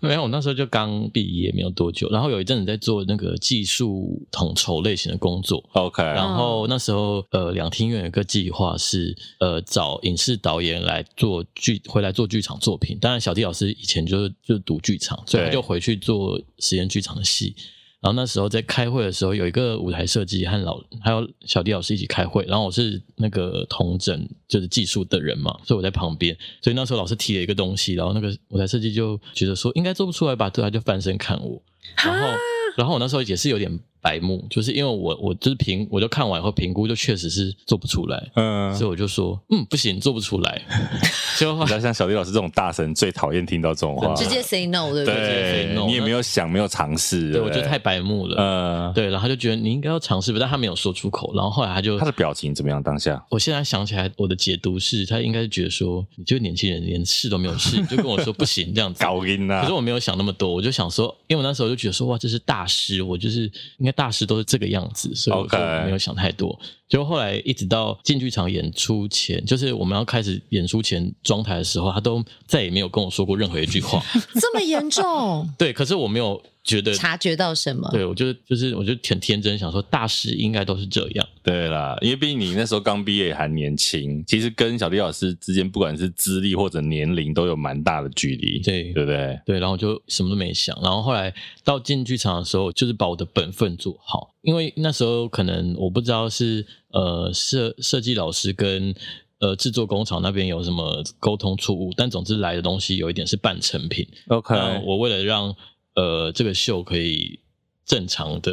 Speaker 4: 没有，我那时候就刚毕业没有多久，然后有一阵子在做那个技术统筹类型的工作，
Speaker 2: OK，
Speaker 4: 然后那时候呃，两厅院有一个计划是呃找影视导演来做剧，回来做剧场作品。当然，小弟老师以前就是就读剧场，所以他
Speaker 2: 对
Speaker 4: 就回去做实验剧场的戏。然后那时候在开会的时候，有一个舞台设计和老还有小弟老师一起开会，然后我是那个同整就是技术的人嘛，所以我在旁边。所以那时候老师提了一个东西，然后那个舞台设计就觉得说应该做不出来吧，对，他就翻身看我，然后然后我那时候也是有点白目，就是因为我我就是评我就看完以后评估就确实是做不出来，
Speaker 2: 嗯，
Speaker 4: 所以我就说嗯不行做不出 来，就
Speaker 2: 你知道像小弟老师这种大神最讨厌听到这种话，
Speaker 3: 直接
Speaker 4: 呃
Speaker 3: say no，对不对？
Speaker 4: 直接
Speaker 2: 对
Speaker 4: say no，
Speaker 2: 你也没有想，没有尝试，
Speaker 4: 对
Speaker 2: 不
Speaker 4: 我觉得太白目了，
Speaker 2: 呃，
Speaker 4: 对，然后他就觉得你应该要尝试吧，但他没有说出口，然后后来他就
Speaker 2: 他的表情怎么样？当下
Speaker 4: 我现在想起来，我的解读是他应该是觉得说，你这个年轻人连试都没有试，你就跟我说不行这样子，
Speaker 2: 搞音
Speaker 4: 可
Speaker 2: 呐
Speaker 4: 是，我没有想那么多，我就想说，因为我那时候就觉得说，哇，这是大师，我就是应该大师都是这个样子，所以我就
Speaker 2: OK
Speaker 4: 没有想太多。结果后来一直到进剧场演出前，就是我们要开始演出前装台的时候，他都再也没有跟我说过任何一句话。
Speaker 3: 这么严重，
Speaker 4: 对，可是我没有觉得，
Speaker 3: 察觉到什么？
Speaker 4: 对我就是就是我就挺天真，想说大师应该都是这样。
Speaker 2: 对啦，因为毕竟你那时候刚毕业还年轻，其实跟小弟老师之间，不管是资历或者年龄，都有蛮大的距离，
Speaker 4: 对
Speaker 2: 对不对？
Speaker 4: 对，然后我就什么都没想，然后后来到进剧场的时候，就是把我的本分做好，因为那时候可能我不知道是呃设设计老师跟呃制作工厂那边有什么沟通错误，但总之来的东西有一点是半成品。
Speaker 2: OK，
Speaker 4: 那我为了让呃这个秀可以正常的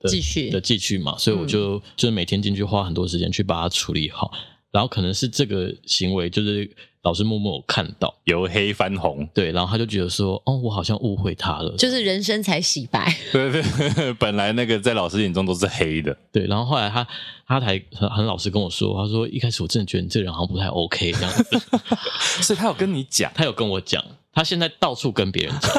Speaker 4: 的
Speaker 3: 继续嗯
Speaker 4: 的继续嘛，所以我就、就是每天进去花很多时间去把它处理好，然后可能是这个行为就是老师默默有看到。
Speaker 2: 由黑翻红，
Speaker 4: 对，然后他就觉得说，哦，我好像误会他了，
Speaker 3: 就是人生才洗 白，
Speaker 2: 对对，本来那个在老师眼中都是黑的，
Speaker 4: 对，然后后来他他才很很老实跟我说，他说一开始我真的觉得你这人好像不太 OK 这样子，
Speaker 2: 所以他有跟你讲
Speaker 4: 他有跟我讲，他现在到处跟别人讲，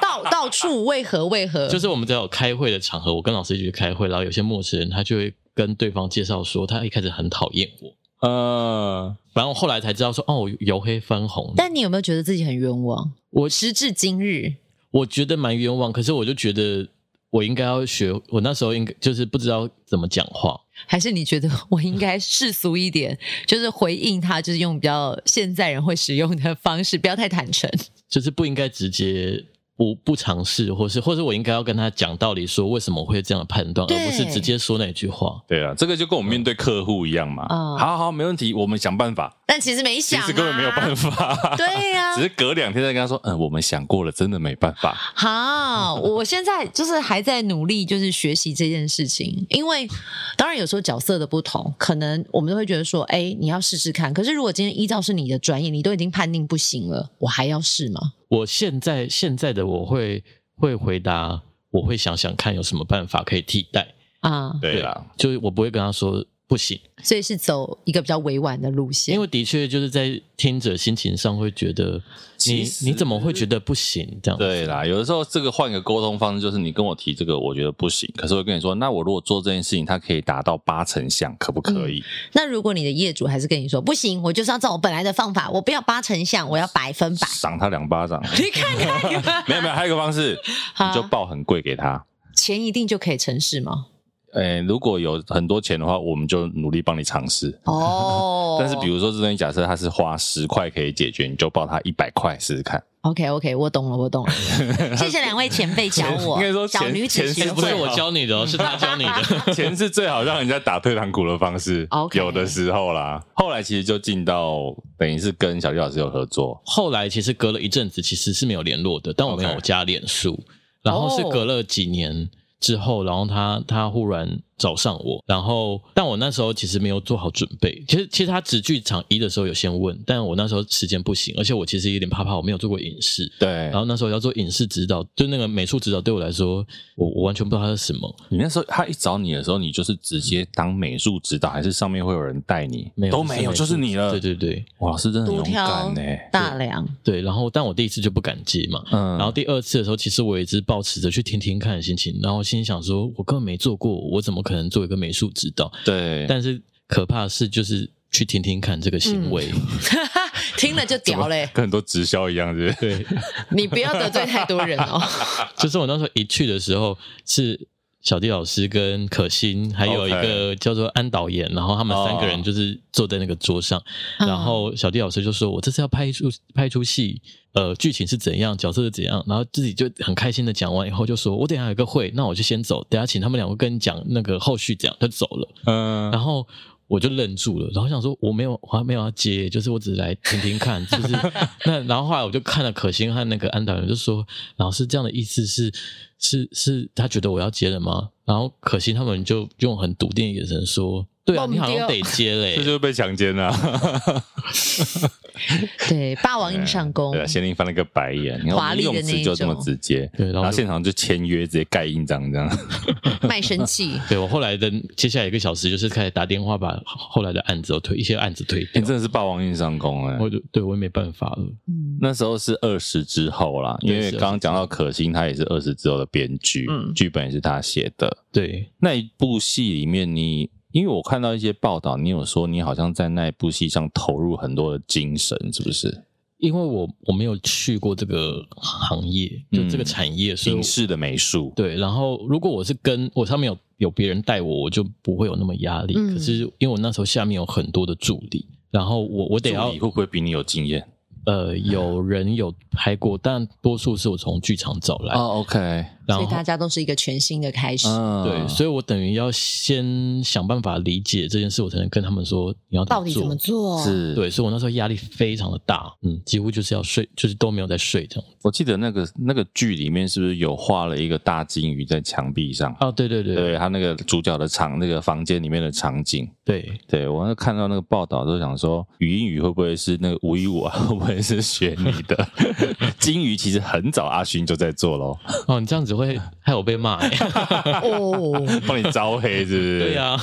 Speaker 3: 到到处为何为何？
Speaker 4: 就是我们只要有开会的场合，我跟老师一起去开会，然后有些陌生人他就会跟对方介绍说，他一开始很讨厌我，
Speaker 2: 呃，
Speaker 4: 然后后来才知道说，哦，我由黑翻红，
Speaker 3: 但你有没有觉得自己很冤枉？
Speaker 4: 我
Speaker 3: 时至今日，
Speaker 4: 我觉得蛮冤枉，可是我就觉得我应该要学，我那时候应该就是不知道怎么讲话，
Speaker 3: 还是你觉得 我应该世俗一点，就是回应他，就是用比较现在人会使用的方式，不要太坦诚。
Speaker 4: 就是不应该直接不不尝试，或是或是我应该要跟他讲道理，说为什么会这样的判断，
Speaker 3: 对
Speaker 4: 而不是直接说那句话。
Speaker 2: 对啊，这个就跟我们面对客户一样嘛，
Speaker 3: 嗯
Speaker 2: 好好，没问题，我们想办法，
Speaker 3: 但其实没
Speaker 2: 其
Speaker 3: 想、啊，
Speaker 2: 实根本没有办。法，
Speaker 3: 对啊呀、
Speaker 2: 只是隔两天再跟他说，嗯，我们想过了，真的没办法。
Speaker 3: 好，我现在就是还在努力，就是学习这件事情。因为当然有时候角色的不同，可能我们都会觉得说，哎、你要试试看。可是如果今天依照是你的专业，你都已经判定不行了，我还要试吗？
Speaker 4: 我现在现在的我会会回答，我会想想看有什么办法可以替代。
Speaker 3: 啊，
Speaker 2: 对啦，
Speaker 4: 就是我不会跟他说不行，
Speaker 3: 所以是走一个比较委婉的路线。
Speaker 4: 因为的确就是在听者心情上会觉得
Speaker 2: 其
Speaker 4: 你
Speaker 2: 实
Speaker 4: 你怎么会觉得不行这样子？
Speaker 2: 对啦，有的时候这个换个沟通方式，就是你跟我提这个，我觉得不行，可是我跟你说，那我如果做这件事情，它可以达到八成像，可不可以？
Speaker 3: 那如果你的业主还是跟你说不行，我就是要照我本来的方法，我不要八成像，我要百分百。
Speaker 2: 赏他两巴掌。
Speaker 3: 你看看，你们
Speaker 2: 没有没有，还有一个方式，
Speaker 3: 好
Speaker 2: 你就报很贵给他。
Speaker 3: 钱一定就可以成事吗？
Speaker 2: 诶、如果有很多钱的话，我们就努力帮你尝试。，
Speaker 3: 哦
Speaker 2: 但是比如说这东西，假设它是花十块可以解决，你就报它一百块试试 看。
Speaker 3: OK OK，我哦懂了，我懂了。谢谢两位前辈教我，
Speaker 2: 应该说
Speaker 3: 小
Speaker 2: 前
Speaker 3: 女
Speaker 2: 前
Speaker 3: 子
Speaker 2: 世
Speaker 3: 学
Speaker 2: 不
Speaker 4: 不是
Speaker 3: 会。
Speaker 4: 我教你的哦，是他教 你的。
Speaker 2: 钱是最好让人家打退堂鼓的方式
Speaker 3: OK
Speaker 2: 有的时候啦。后来其实就进到等于是跟小绿老师有合作，
Speaker 4: 后来其实隔了一阵子，其实是没有联络的，但我没有
Speaker 2: OK
Speaker 4: 加脸书。然后是隔了几年之后，然后他他忽然找上我，然后但我那时候其实没有做好准备。其实其实他只剧场一的时候有先问，但我那时候时间不行，而且我其实有点怕怕，我没有做过影视。
Speaker 2: 对，
Speaker 4: 然后那时候要做影视指导，就那个美术指导对我来说，我我完全不知道它是什么，
Speaker 2: 你那时候他一找你的时候，你就是直接当美术指导，还是上面会有人带你？
Speaker 4: 没有
Speaker 2: 都没有，
Speaker 4: 美术
Speaker 2: 就是你了。
Speaker 4: 对，嗯对对
Speaker 2: 哇，老师真的很
Speaker 3: 独
Speaker 2: 勇
Speaker 3: 挑
Speaker 2: 敢呢、
Speaker 3: 大梁，
Speaker 4: 对，然后但我第一次就不敢接嘛，
Speaker 2: 嗯，
Speaker 4: 然后第二次的时候，其实我也是抱持着去听听看的心情，然后心里想说，我根本没做过，我怎么可能做一个美术指导？
Speaker 2: 对，
Speaker 4: 但是可怕的是，就是去听听看这个行为，
Speaker 2: 嗯
Speaker 3: 听了就屌嘞！
Speaker 2: 跟很多直销一样，是不是？
Speaker 4: 对，
Speaker 3: 你不要得罪太多人哦。
Speaker 4: 就是我那时候一去的时候是。小弟老师跟可心，还有一
Speaker 2: OK
Speaker 4: 个叫做安导演然后他们三个人
Speaker 2: 哦
Speaker 4: 就是坐在那个桌上，
Speaker 3: 嗯
Speaker 4: 然后小弟老师就说：“我这次要拍一出拍一出戏，呃，剧情是怎样，角色是怎样。”然后自己就很开心的讲完以后，就说：“我等一下有个会，那我就先走，等一下请他们两个跟你讲那个后续怎样。”他就走了，
Speaker 2: 嗯，
Speaker 4: 然后我就愣住了，然后想说我没有，我还没有要接，就是我只是来听听看，就是那。然后后来我就看了可心和那个安导演，就说：“老师这样的意思是是是他觉得我要接了吗？”然后可心他们就用很笃定的眼神说。对啊，
Speaker 3: 蹦
Speaker 4: 你好像
Speaker 3: 迪
Speaker 4: 得 接嘞、
Speaker 2: 这就是被强奸了、
Speaker 3: 嗯对，霸王硬上弓
Speaker 4: 哦
Speaker 2: 对，啊，贤玲翻了个白眼，你
Speaker 3: 华
Speaker 2: 看
Speaker 3: 丽的
Speaker 2: 用
Speaker 3: 那
Speaker 2: 词
Speaker 3: 一
Speaker 2: 就这么
Speaker 3: 种
Speaker 2: 直接，
Speaker 4: 对然后
Speaker 2: 然后
Speaker 4: 就
Speaker 2: 现场就签约，直接盖印章这样。
Speaker 3: 卖身契。
Speaker 4: 对我后来的接下来一个小时就是开始打电话把后来的案子都推一些案子推
Speaker 2: 你、
Speaker 4: 掉，
Speaker 2: 欸真的是霸王硬上弓哎、
Speaker 4: 我就对我也没办法了。
Speaker 3: 嗯
Speaker 2: 那时候是二十之后啦，因
Speaker 4: 对
Speaker 2: 为
Speaker 4: 是
Speaker 2: 刚刚讲到可心，他也是二十之后的编剧
Speaker 3: 嗯，
Speaker 2: 剧、本也是他写的。
Speaker 4: 对，
Speaker 2: 那一部戏里面你，因为我看到一些报道，你有说你好像在那一部戏上投入很多的精神，是不是？
Speaker 4: 因为我我没有去过这个行业，就这
Speaker 2: 嗯
Speaker 4: 个产业，所以
Speaker 2: 影
Speaker 4: 我
Speaker 2: 视的美术，
Speaker 4: 对。然后如果我是跟我上面有有别人带我，我就不会有那么压力。
Speaker 3: 嗯
Speaker 4: 可是因为我那时候下面有很多的助理，然后我我得
Speaker 2: 助
Speaker 4: 要
Speaker 2: 理会不会比你有经验？
Speaker 4: 呃有人有拍过，但多数是我从剧场找来，
Speaker 2: 哦，OK，
Speaker 3: 所
Speaker 4: 然后
Speaker 3: 以大家都是一个全新的开始。
Speaker 2: 嗯，
Speaker 4: 对，所以我等于要先想办法理解这件事，我才能跟他们说你要
Speaker 3: 到底怎么做？
Speaker 2: 是
Speaker 4: 对，所以我那时候压力非常的大，嗯，几乎就是要睡，就是都没有在睡这样。
Speaker 2: 我记得那个那个剧里面是不是有画了一个大金鱼在墙壁上？
Speaker 4: 哦，对对对
Speaker 2: 对他那个主角的场，那个房间里面的场景，
Speaker 4: 对
Speaker 2: 对我那看到那个报道都想说，语音语会不会是那个吴一我 会不会是学你的？ 金鱼其实很早阿勋就在做咯，
Speaker 4: 哦，你这样子会害我被骂、欸。
Speaker 3: 哦，
Speaker 2: 帮你招黑是不是？
Speaker 4: 对呀、啊，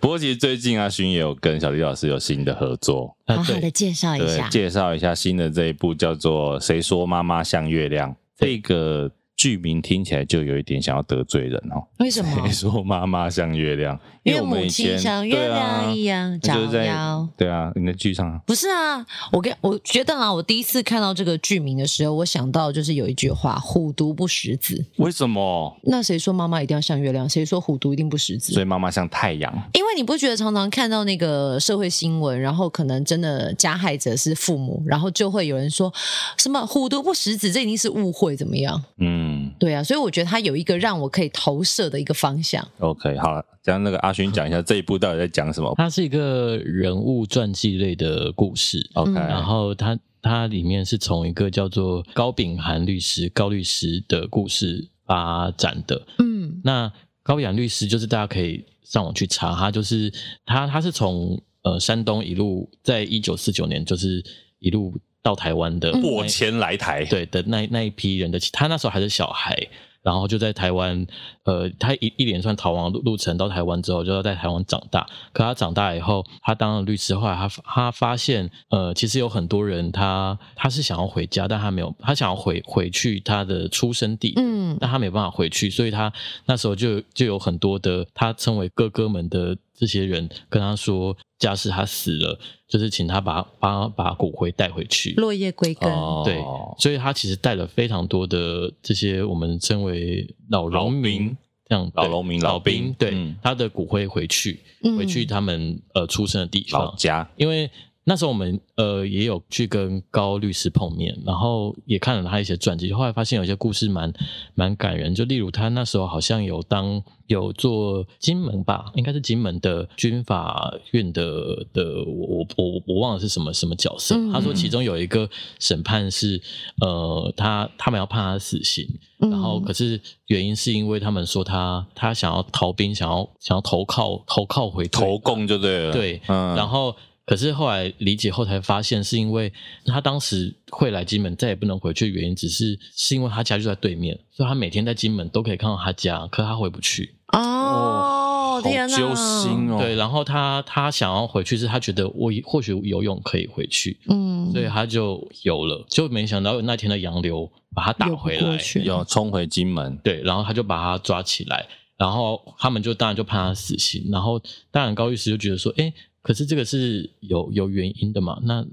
Speaker 2: 不过其实最近阿啊勋也有跟小李老师有新的合作，
Speaker 3: 好好的
Speaker 4: 对，
Speaker 3: 介绍一
Speaker 2: 对
Speaker 3: 下，。
Speaker 2: 介绍一下新的这一部叫做《谁说妈妈像月亮》这个。剧名听起来就有一点想要得罪人哦。
Speaker 3: 为什么
Speaker 2: 谁？说妈妈像月亮？因为我们
Speaker 3: 母
Speaker 2: 以前
Speaker 3: 亲像月亮一样
Speaker 2: 对啊
Speaker 3: 照
Speaker 2: 就是在
Speaker 3: 耀。
Speaker 2: 对啊，你的剧上啊
Speaker 3: 不是啊，我跟我觉得啊，我第一次看到这个剧名的时候，我想到就是有一句话“虎毒不食子
Speaker 2: 为什么”。？
Speaker 3: 那谁说妈妈一定要像月亮？谁说虎毒一定不食子
Speaker 2: 所？以妈妈像太阳，
Speaker 3: 因为你不觉得常常看到那个社会新闻，然后可能真的加害者是父母，然后就会有人说什么“虎毒不食子”，这一定是误会，怎么样？
Speaker 2: 嗯
Speaker 3: 对啊，所以我觉得它有一个让我可以投射的一个方向。
Speaker 2: ，OK，好了，讲那个阿勋讲一下这一部到底在讲什
Speaker 3: 嗯
Speaker 2: 么
Speaker 4: 它是一个人物传记类的故事，
Speaker 2: ，OK，
Speaker 3: 嗯
Speaker 4: 然后它它里面是从一个叫做高秉涵律师高律师的故事发展的，
Speaker 3: 嗯
Speaker 4: 那高阳律师就是大家可以上网去查，他就是他他是从呃山东一路在一九四九年就是一路到台湾的
Speaker 2: 过千来台，，
Speaker 4: 对的那那一批人的，他那时候还是小孩，然后就在台湾，呃，他一一连串逃亡路路程到台湾之后，就要在台湾长大。可他长大以后，他当了律师，后来他他发现，呃，其实有很多人他他是想要回家，但他没有，他想要回回去他的出生地，
Speaker 3: 嗯，
Speaker 4: 但他没办法回去，所以他那时候就就有很多的他称为哥哥们的这些人跟他说，假使他死了，就是请他把把把骨灰带回去。
Speaker 3: 落叶归根。
Speaker 2: 哦，
Speaker 4: 对，所以他其实带了非常多的这些我们称为老
Speaker 2: 劳
Speaker 4: 农民
Speaker 2: 民，
Speaker 4: 这样
Speaker 2: 老
Speaker 4: 对
Speaker 2: 农民老
Speaker 4: 老
Speaker 2: 兵
Speaker 4: 对、
Speaker 2: 嗯
Speaker 4: 他的骨灰回去，
Speaker 3: 嗯
Speaker 4: 回去他们呃出生的地
Speaker 2: 老
Speaker 4: 方，
Speaker 2: 家，
Speaker 4: 因为那时候我们呃也有去跟高律师碰面，然后也看了他一些传记，后来发现有一些故事蛮蛮感人，就例如他那时候好像有当有做金门吧，应该是金门的军法院的的，我我我我忘了是什么什么角色。
Speaker 3: 嗯
Speaker 4: 他说其中有一个审判是呃他他们要判他死刑，
Speaker 3: 嗯
Speaker 4: 然后可是原因是因为他们说他他想要逃兵，想要想要投靠投靠回队
Speaker 2: 投共就对了，
Speaker 4: 对，
Speaker 2: 嗯，
Speaker 4: 然后可是后来理解后才发现，是因为他当时会来金门，再也不能回去，的原因只是是因为他家就在对面，所以他每天在金门都可以看到他家，可他回不去。
Speaker 3: 哦，天哪，
Speaker 2: 好揪心哦，
Speaker 4: 对，，然后他他想要回去，是他觉得我或许游泳可以回去，
Speaker 3: 嗯，
Speaker 4: 所以他就游了，就没想到那天的洋流把他打
Speaker 3: 游不
Speaker 4: 回
Speaker 3: 过
Speaker 4: 来，
Speaker 3: 去
Speaker 2: 要冲回金门，
Speaker 4: 对，然后他就把他抓起来，然后他们就当然就判他死刑。然后当然高律师就觉得说，哎，可是这个是有有原因的嘛，那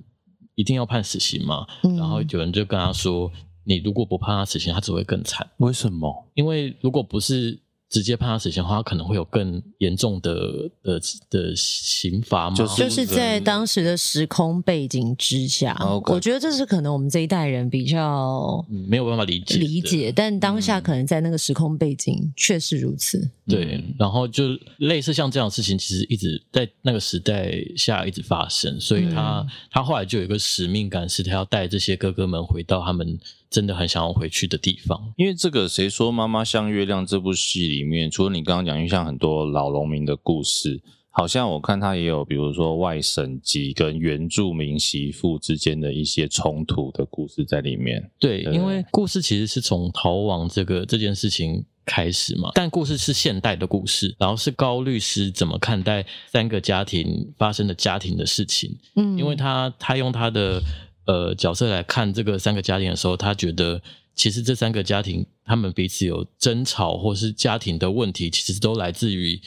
Speaker 4: 一定要判死刑嘛？
Speaker 3: 嗯
Speaker 4: 然后有人就跟他说，你如果不判他死刑，他只会更惨，
Speaker 2: 为什么？
Speaker 4: 因为如果不是。直接判他死刑的话，他可能会有更严重的的的刑罚嘛？
Speaker 2: 就是
Speaker 3: 就是在当时的时空背景之下
Speaker 2: OK
Speaker 3: 我觉得这是可能我们这一代人比较
Speaker 4: 嗯没有办法理解的
Speaker 3: 理解，但当下可能在那个时空背景确实如此。
Speaker 4: 对，
Speaker 2: 嗯
Speaker 4: 然后就类似像这样的事情，其实一直在那个时代下一直发生，所以他、
Speaker 2: 嗯
Speaker 4: 他后来就有一个使命感，是他要带这些哥哥们回到他们真的很想要回去的地方。
Speaker 2: 因为这个，谁说《妈妈像月亮》这部戏里面，除了你刚刚讲，因为像很多老农民的故事，好像我看他也有，比如说外省籍跟原住民媳妇之间的一些冲突的故事在里面。
Speaker 4: 对，
Speaker 2: 对
Speaker 4: 因为故事其实是从逃亡这个这件事情。开始嘛，但故事是现代的故事，然后是高律师怎么看待三个家庭发生的家庭的事情，
Speaker 3: 嗯，
Speaker 4: 因为他他用他的呃角色来看这个三个家庭的时候，他觉得其实这三个家庭他们彼此有争吵或是家庭的问题，其实都来自于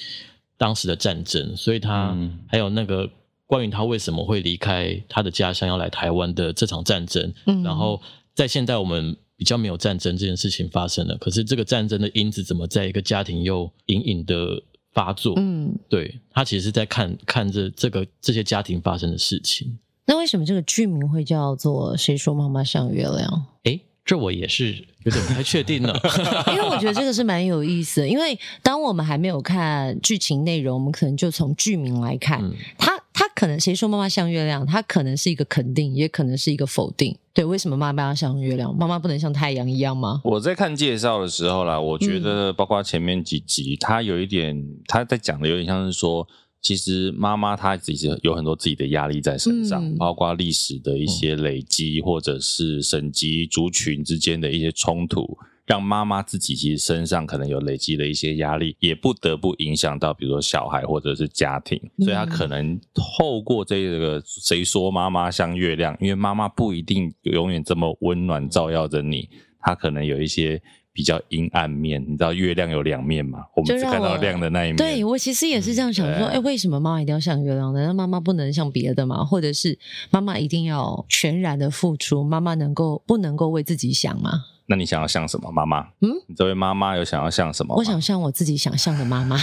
Speaker 4: 当时的战争，所以他、
Speaker 2: 嗯
Speaker 4: 还有那个。关于他为什么会离开他的家乡要来台湾的这场战争，
Speaker 3: 嗯
Speaker 4: 然后在现在我们比较没有战争这件事情发生了，可是这个战争的因子怎么在一个家庭又隐隐的发作？
Speaker 3: 嗯，
Speaker 4: 对他其实是在看看这这个这些家庭发生的事情。
Speaker 3: 那为什么这个剧名会叫做《谁说妈妈像月亮》？
Speaker 4: 诶，这我也是有点不太确定了。
Speaker 3: 因为我觉得这个是蛮有意思的，因为当我们还没有看剧情内容，我们可能就从剧名来看，
Speaker 4: 嗯
Speaker 3: 它它可能谁说妈妈像月亮，它可能是一个肯定，也可能是一个否定。对，为什么妈妈像月亮？妈妈不能像太阳一样吗？
Speaker 2: 我在看介绍的时候啦，我觉得包括前面几集，他有一点他在讲的有点像是说，其实妈妈她其实有很多自己的压力在身上，
Speaker 3: 嗯
Speaker 2: 包括历史的一些累积，或者是省级族群之间的一些冲突。让妈妈自己其实身上可能有累积的一些压力，也不得不影响到，比如说小孩或者是家庭，所以她可能透过这个谁说妈妈像月亮，因为妈妈不一定永远这么温暖照耀着你，它可能有一些比较阴暗面。你知道月亮有两面嘛？我们
Speaker 3: 就
Speaker 2: 只
Speaker 3: 让
Speaker 2: 看到
Speaker 3: 我
Speaker 2: 亮的那一面。
Speaker 3: 对我其实也是这样想
Speaker 2: 嗯
Speaker 3: 说，
Speaker 2: 对
Speaker 3: 哎、为什么妈妈一定要像月亮呢？那妈妈不能像别的吗？或者是妈妈一定要全然的付出？妈妈能够不能够为自己想吗？
Speaker 2: 那你想要像什么？妈妈？
Speaker 3: 嗯，
Speaker 2: 你这位妈妈有想要像什么吗？
Speaker 3: 我想像我自己想象的 妈妈，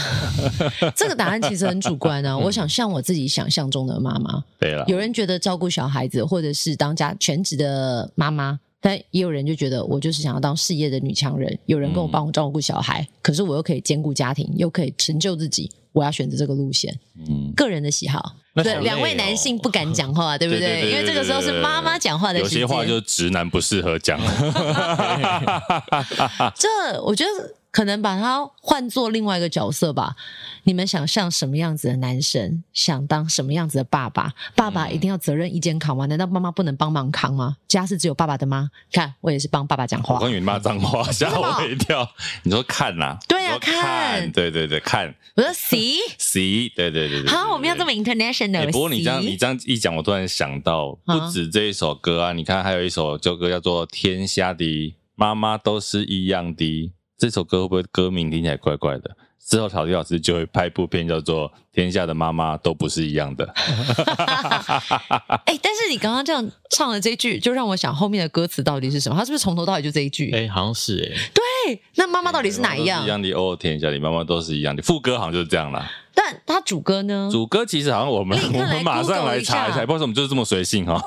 Speaker 3: 这个答案其实很主观
Speaker 2: 嗯
Speaker 3: 啊。我想像我自己想象中的妈妈。
Speaker 2: 对了，
Speaker 3: 有人觉得照顾小孩子，或者是当家全职的妈妈，但也有人就觉得我就是想要当事业的女强人。有人跟我
Speaker 2: 嗯
Speaker 3: 帮我照顾小孩，可是我又可以兼顾家庭，又可以成就自己。我要选择这个路线，
Speaker 2: 嗯，
Speaker 3: 个人的喜好。
Speaker 2: 那好
Speaker 3: 对，
Speaker 2: 累
Speaker 3: 两位
Speaker 2: 哦
Speaker 3: 男性不敢讲话，对不
Speaker 2: 对对对
Speaker 3: 因为这个时候是妈妈讲话的
Speaker 2: 有
Speaker 3: 时间。
Speaker 2: 些话就直男不适合讲。
Speaker 3: 这，我觉得可能把它换做另外一个角色吧。你们想像什么样子的男生？想当什么样子的爸爸？爸爸
Speaker 2: 嗯
Speaker 3: 一定要责任一肩扛吗？难道妈妈不能帮忙扛吗？家是只有爸爸的吗？看，我也是帮爸爸讲
Speaker 2: 我
Speaker 3: 话
Speaker 2: 刚。以为你骂脏话，吓我一跳。你说看呐？
Speaker 3: 对
Speaker 2: 你
Speaker 3: 啊
Speaker 2: 说
Speaker 3: 看
Speaker 2: 看，对对对，看
Speaker 3: 我说 see，
Speaker 2: C，对对对对。
Speaker 3: 好，我们要
Speaker 2: 么。对
Speaker 3: 这么
Speaker 2: 欸
Speaker 3: international。
Speaker 2: 不过你这样你
Speaker 3: see？
Speaker 2: 这样一讲，我突然想到，
Speaker 3: 啊
Speaker 2: 不止这一首歌啊，你看还有一首旧歌叫做《天下的妈妈都是一样的》，这首歌会不会歌名听起来怪怪的？之后陶迪老师就会拍一部片叫做《天下的妈妈都不是一样的》。
Speaker 3: 哎、但是你刚刚这样唱了这一句，就让我想后面的歌词到底是什么？他是不是从头到尾就这一句？
Speaker 4: 哎、好像是哎、
Speaker 3: 对，那妈妈到底是哪
Speaker 2: 哎都
Speaker 3: 一样
Speaker 2: 一？样的哦，天下的妈妈都是一样的。副歌好像就是这样啦。
Speaker 3: 但他主歌呢？
Speaker 2: 主歌其实好像我们
Speaker 3: 嗯立刻
Speaker 2: 我
Speaker 3: 来
Speaker 2: 们马上
Speaker 3: Google
Speaker 2: 来查一
Speaker 3: 一
Speaker 2: 下，
Speaker 3: 下
Speaker 2: 不知道为什么就是这么随性哈、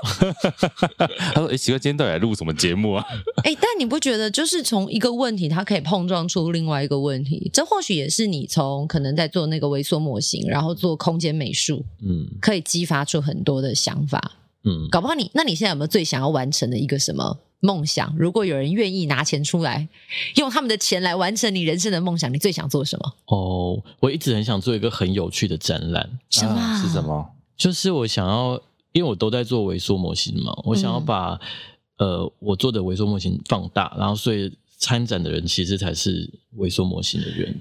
Speaker 2: 他说：“哎、奇怪，今天到底来录什么节目啊？
Speaker 3: 哎、但你不觉得就是从一个问题，它可以碰撞出另外一个问题？这或许也是你从可能在做那个微缩模型，然后做空间美术，
Speaker 4: 嗯
Speaker 3: 可以激发出很多的想法。
Speaker 4: 嗯，
Speaker 3: 搞不好你，那你现在有没有最想要完成的一个什么梦想？如果有人愿意拿钱出来，用他们的钱来完成你人生的梦想，你最想做什么？
Speaker 4: 哦，我一直很想做一个很有趣的展览，
Speaker 3: 什么、
Speaker 2: 啊是什？么？
Speaker 4: 就是我想要，因为我都在做微缩模型嘛，我想要把、呃我做的微缩模型放大，然后所以参展的人其实才是微缩模型的人，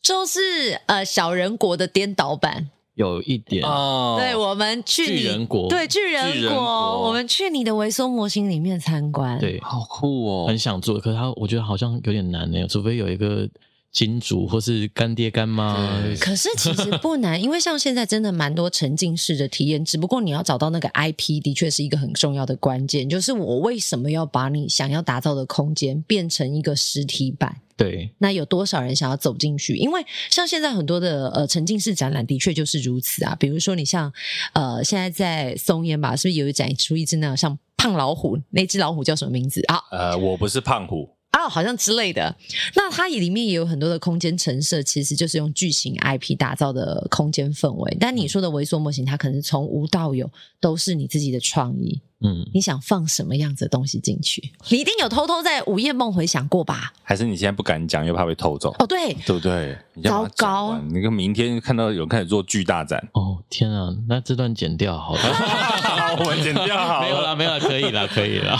Speaker 3: 就是呃，小人国的颠倒版。
Speaker 4: 有一点，
Speaker 2: 哦
Speaker 3: 对，我们去你
Speaker 4: 巨人国
Speaker 3: 对巨人国，
Speaker 2: 巨人国
Speaker 3: 我们去你的微缩模型里面参观。，
Speaker 4: 对，
Speaker 2: 好酷哦
Speaker 4: 很想做，可是他我觉得好像有点难呢，除非有一个金主或是干爹干妈。
Speaker 2: 对
Speaker 3: 嗯可是其实不难，因为像现在真的蛮多沉浸式的体验，只不过你要找到那个 IP，的确是一个很重要的关键。就是我为什么要把你想要打造的空间变成一个实体版？
Speaker 4: 对，
Speaker 3: 那有多少人想要走进去？因为像现在很多的呃沉浸式展览，的确就是如此啊。比如说，你像呃现在在松烟吧，是不是有一展出一只那种像胖老虎？那只老虎叫什么名字啊？
Speaker 2: 呃，我不是胖虎，
Speaker 3: 啊，好像之类的。那它里面也有很多的空间陈设，其实就是用巨型 IP 打造的空间氛围。但
Speaker 2: 嗯
Speaker 3: 你说的微缩模型，它可能从无到有都是你自己的创意，
Speaker 4: 嗯，，
Speaker 3: 你想放什么样子的东西进去，你一定有偷偷在午夜梦回想过吧？
Speaker 2: 还是你现在不敢讲，又怕被偷走，
Speaker 3: 哦，对，
Speaker 2: 对不对？你要把它讲完
Speaker 3: 糟
Speaker 2: 你看明天看到有人开始做巨大展
Speaker 4: 哦天啊，那这段剪掉好了，
Speaker 2: 我们剪掉好
Speaker 4: 没有
Speaker 2: 了，
Speaker 4: 啦，没有啦，可以啦，可以啦。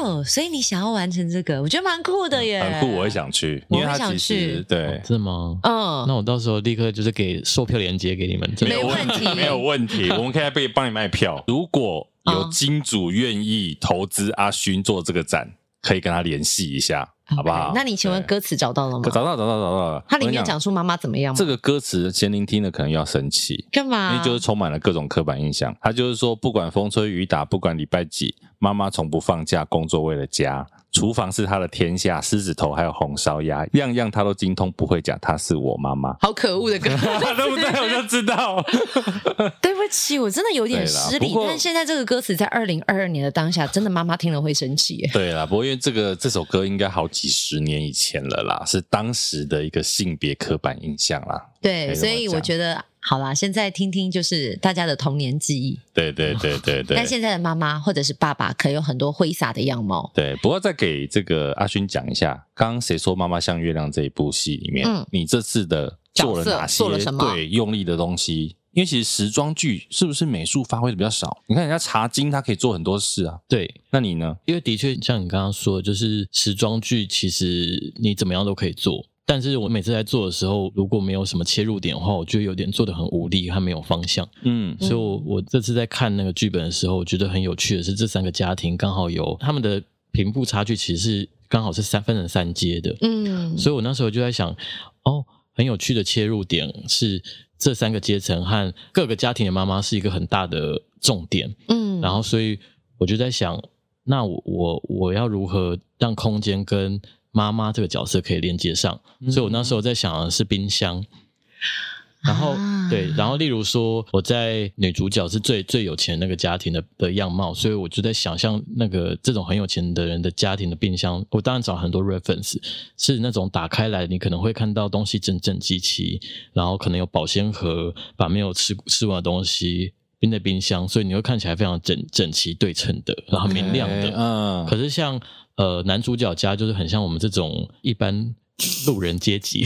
Speaker 3: 哦，所以你想要完成这个，我觉得蛮酷的耶，
Speaker 2: 嗯很酷，我也。想去，因为它其
Speaker 3: 我会
Speaker 2: 实
Speaker 3: 想去
Speaker 2: 对。”
Speaker 4: 是吗？
Speaker 3: 嗯，
Speaker 4: 那我到时候立刻就是给售票链接给你们，真
Speaker 3: 没
Speaker 4: 的
Speaker 3: 问题
Speaker 2: 没有问 题，我们可以帮帮你卖票。如果有金主愿意投资阿勋做这个展，可以跟他联系一下，好不好
Speaker 3: OK，？那你请问歌词找到了
Speaker 2: 对
Speaker 3: 吗？
Speaker 2: 找到找到找到了，
Speaker 3: 它里
Speaker 2: 我跟
Speaker 3: 面
Speaker 2: 你
Speaker 3: 讲出妈妈怎么样吗？
Speaker 2: 这个歌词，贤玲听了可能又要生气。
Speaker 3: 干
Speaker 2: 因
Speaker 3: 嘛？，
Speaker 2: 为就是充满了各种刻板印象，他就是说，不管风吹雨打，不管礼拜几，妈妈从不放假，工作为了家，厨房是她的天下，狮子头还有红烧鸭，样样她都精通，不会讲她是我妈 妈
Speaker 3: 好可恶的歌，
Speaker 2: 对不对？我就知道，
Speaker 3: 对不起，我真的有点
Speaker 2: 对啦
Speaker 3: 失
Speaker 2: 不
Speaker 3: 礼。
Speaker 2: 过
Speaker 3: 但现在这个歌词在二零二二年的当下，真的妈妈听了会生气 耶。
Speaker 2: 对啦，不过因为这个这首歌应该好几十年以前了啦，是当时的一个性别刻板印象啦。可
Speaker 3: 对，
Speaker 2: 以这么
Speaker 3: 所以我
Speaker 2: 讲
Speaker 3: 觉得好啦，现在听听就是大家的童年记忆。
Speaker 2: 对对对对对
Speaker 3: 但。现在的妈妈或者是爸爸，可有很多挥洒的样貌。
Speaker 2: 对，不过再给这个阿勋讲一下，刚刚谁说《妈妈像月亮》这一部戏里面，
Speaker 3: 嗯
Speaker 2: 你这次的做了
Speaker 3: 角色
Speaker 2: 哪些
Speaker 3: 做了什么
Speaker 2: 对用力的东西？因为其实时装剧是不是美术发挥的比较少？你看人家茶经，它可以做很多事啊。
Speaker 4: 对，
Speaker 2: 那你呢？
Speaker 4: 因为的确像你刚刚说的，就是时装剧，其实你怎么样都可以做。但是我每次在做的时候，如果没有什么切入点的话，我就有点做的很无力，还没有方向。
Speaker 2: 嗯
Speaker 4: 所以我，我这次在看那个剧本的时候，我觉得很有趣的是，这三个家庭刚好有他们的贫富差距，其实是刚好是三分成三阶的。
Speaker 3: 嗯，
Speaker 4: 所以我那时候就在想，哦，很有趣的切入点是这三个阶层和各个家庭的妈妈是一个很大的重点。
Speaker 3: 嗯
Speaker 4: 然后，所以我就在想，那我我我要如何让空间跟妈妈这个角色可以连接上？所以我那时候在想的是冰箱。然后、
Speaker 3: 啊
Speaker 4: 对，然后例如说我在女主角是最最有钱的那个家庭的的样貌，所以我就在想象那个这种很有钱的人的家庭的冰箱。我当然找很多 reference，是那种打开来你可能会看到东西整整齐齐，然后可能有保鲜盒，把没有吃吃完的东西冰在冰箱，所以你会看起来非常整整齐对称的，然后明亮的。
Speaker 2: 嗯，
Speaker 4: 可是像呃男主角家就是很像我们这种一般路人阶级，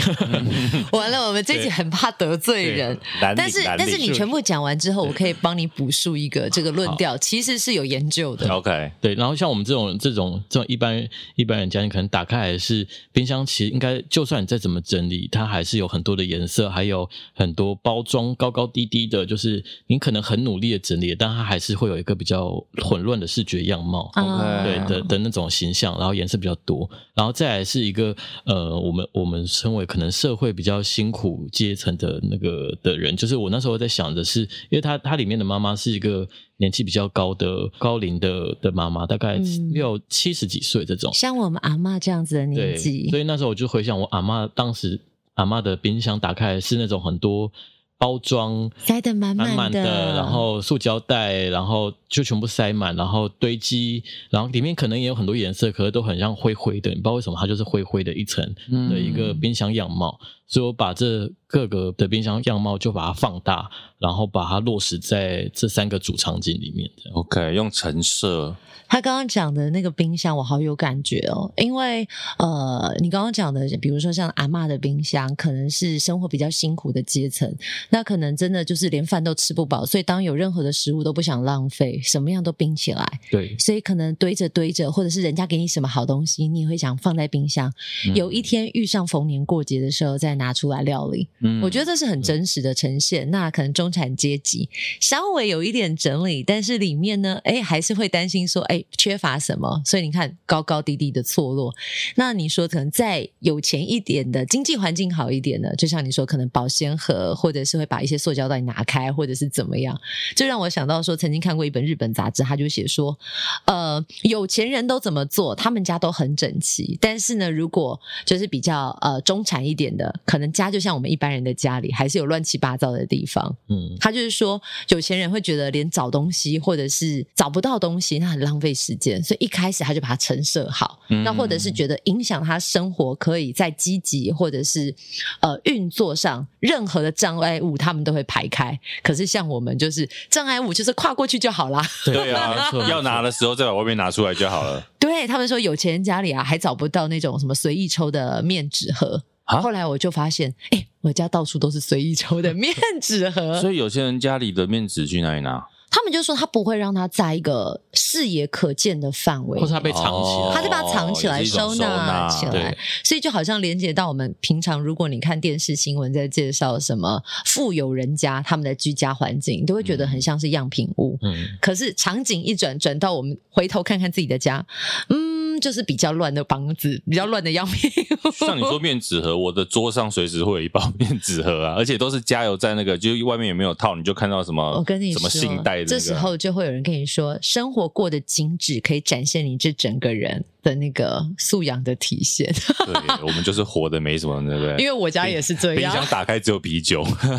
Speaker 3: 完了，我们这一集
Speaker 4: 对
Speaker 3: 很怕得罪人。
Speaker 2: 蓝
Speaker 3: 但是，但是你全部讲完之后，我可以帮你补述一个这个论
Speaker 4: 好
Speaker 3: 调，其实是有研究的。
Speaker 2: OK，
Speaker 4: 对，然后像我们这种这种这种一般一般人家，你可能打开来是冰箱，其实应该就算你再怎么整理，它还是有很多的颜色，还有很多包装高高低低的，就是你可能很努力的整理，但它还是会有一个比较混乱的视觉样貌。
Speaker 3: 嗯
Speaker 2: OK
Speaker 4: 对的的那种形象，然后颜色比较多，然后再来是一个呃，我们我们身为可能社会比较辛苦阶层的那个的人，就是我那时候在想的是，因为他他里面的妈妈是一个年纪比较高的高龄的的妈妈，大概
Speaker 3: 嗯
Speaker 4: 六七十几岁这种，
Speaker 3: 像我们阿嬷这样子的
Speaker 4: 对，
Speaker 3: 年纪
Speaker 4: 所，以那时候我就回想我阿嬷当时阿嬷的冰箱打开是那种很多包装
Speaker 3: 塞得满
Speaker 4: 满
Speaker 3: 满
Speaker 4: 的，
Speaker 3: 的
Speaker 4: 然后塑胶袋，然后就全部塞满，然后堆积，然后里面可能也有很多颜色，可是都很像灰灰的，你不知道为什么它就是灰灰的一层
Speaker 3: 嗯
Speaker 4: 的一个冰箱样貌。所以我把这各个的冰箱样貌就把它放大，然后把它落实在这三个主场景里面。这样
Speaker 2: OK，用橙色，
Speaker 3: 他刚刚讲的那个冰箱，我好有感觉哦，因为呃，你刚刚讲的，比如说像阿嬷的冰箱，可能是生活比较辛苦的阶层，那可能真的就是连饭都吃不饱，所以当有任何的食物都不想浪费，什么样都冰起来，
Speaker 4: 对，
Speaker 3: 所以可能堆着堆着，或者是人家给你什么好东西，你也会想放在冰箱，
Speaker 2: 嗯
Speaker 3: 有一天遇上逢年过节的时候再拿出来料理。
Speaker 2: 嗯
Speaker 3: 我觉得这是很真实的呈现。那可能中产阶级稍微有一点整理，但是里面呢，哎，还是会担心说，哎，缺乏什么？所以你看高高低低的错落。那你说可能再有钱一点的，经济环境好一点的，就像你说，可能保鲜盒或者是会把一些塑胶袋拿开，或者是怎么样，就让我想到说，曾经看过一本日本杂志，他就写说，呃，有钱人都怎么做，他们家都很整齐。但是呢，如果就是比较呃中产一点的，可能家就像我们一般人的家里，还是有乱七八糟的地方。
Speaker 4: 嗯，
Speaker 3: 他就是说，有钱人会觉得连找东西或者是找不到东西，那很浪费时间，所以一开始他就把它陈设好。
Speaker 2: 嗯
Speaker 3: 那或者是觉得影响他生活，可以在积极或者是呃运作上任何的障碍物，他们都会排开。可是像我们就是障碍物，就是跨过去就好啦。
Speaker 2: 对
Speaker 4: 没
Speaker 2: 啊
Speaker 4: 错没，错
Speaker 2: 要拿的时候再把外面拿出来就好 了。
Speaker 3: 对他们说，有钱人家里啊，还找不到那种什么随意抽的面纸盒。
Speaker 2: 啊
Speaker 3: 后来我就发现，哎、我家到处都是随意抽的面纸 盒。
Speaker 2: 所以有些人家里的面纸去哪里拿？
Speaker 3: 他们就说他不会让它在一个视野可见的范围
Speaker 4: 或，是它被藏起来，
Speaker 3: 哦他就把它嗯藏起来
Speaker 2: 哦也是一种收纳
Speaker 3: 纳起来
Speaker 4: 对。
Speaker 3: 所以就好像连接到我们平常，如果你看电视新闻在介绍什么富有人家他们的居家环境，你都会觉得很像是样品屋。
Speaker 4: 嗯，
Speaker 3: 可是场景一转，转到我们回头看看自己的家，嗯，就是比较乱的房子，比较乱的样品屋。
Speaker 2: 像 你说面纸盒，我的桌上随时会有一包面纸盒啊，而且都是加油站那个，就是外面有没有套，你就看到什么，
Speaker 3: 我跟你
Speaker 2: 什
Speaker 3: 说，
Speaker 2: 么信袋的、那个啊
Speaker 3: 这时候就会有人跟你说，生活过得精致，可以展现你这整个人的那个素养的 体现。
Speaker 2: 对我们就是活的没什么，对不 对？
Speaker 3: 因为我家也是这
Speaker 2: 冰
Speaker 3: 样
Speaker 2: 箱，打开只有啤酒，
Speaker 3: 很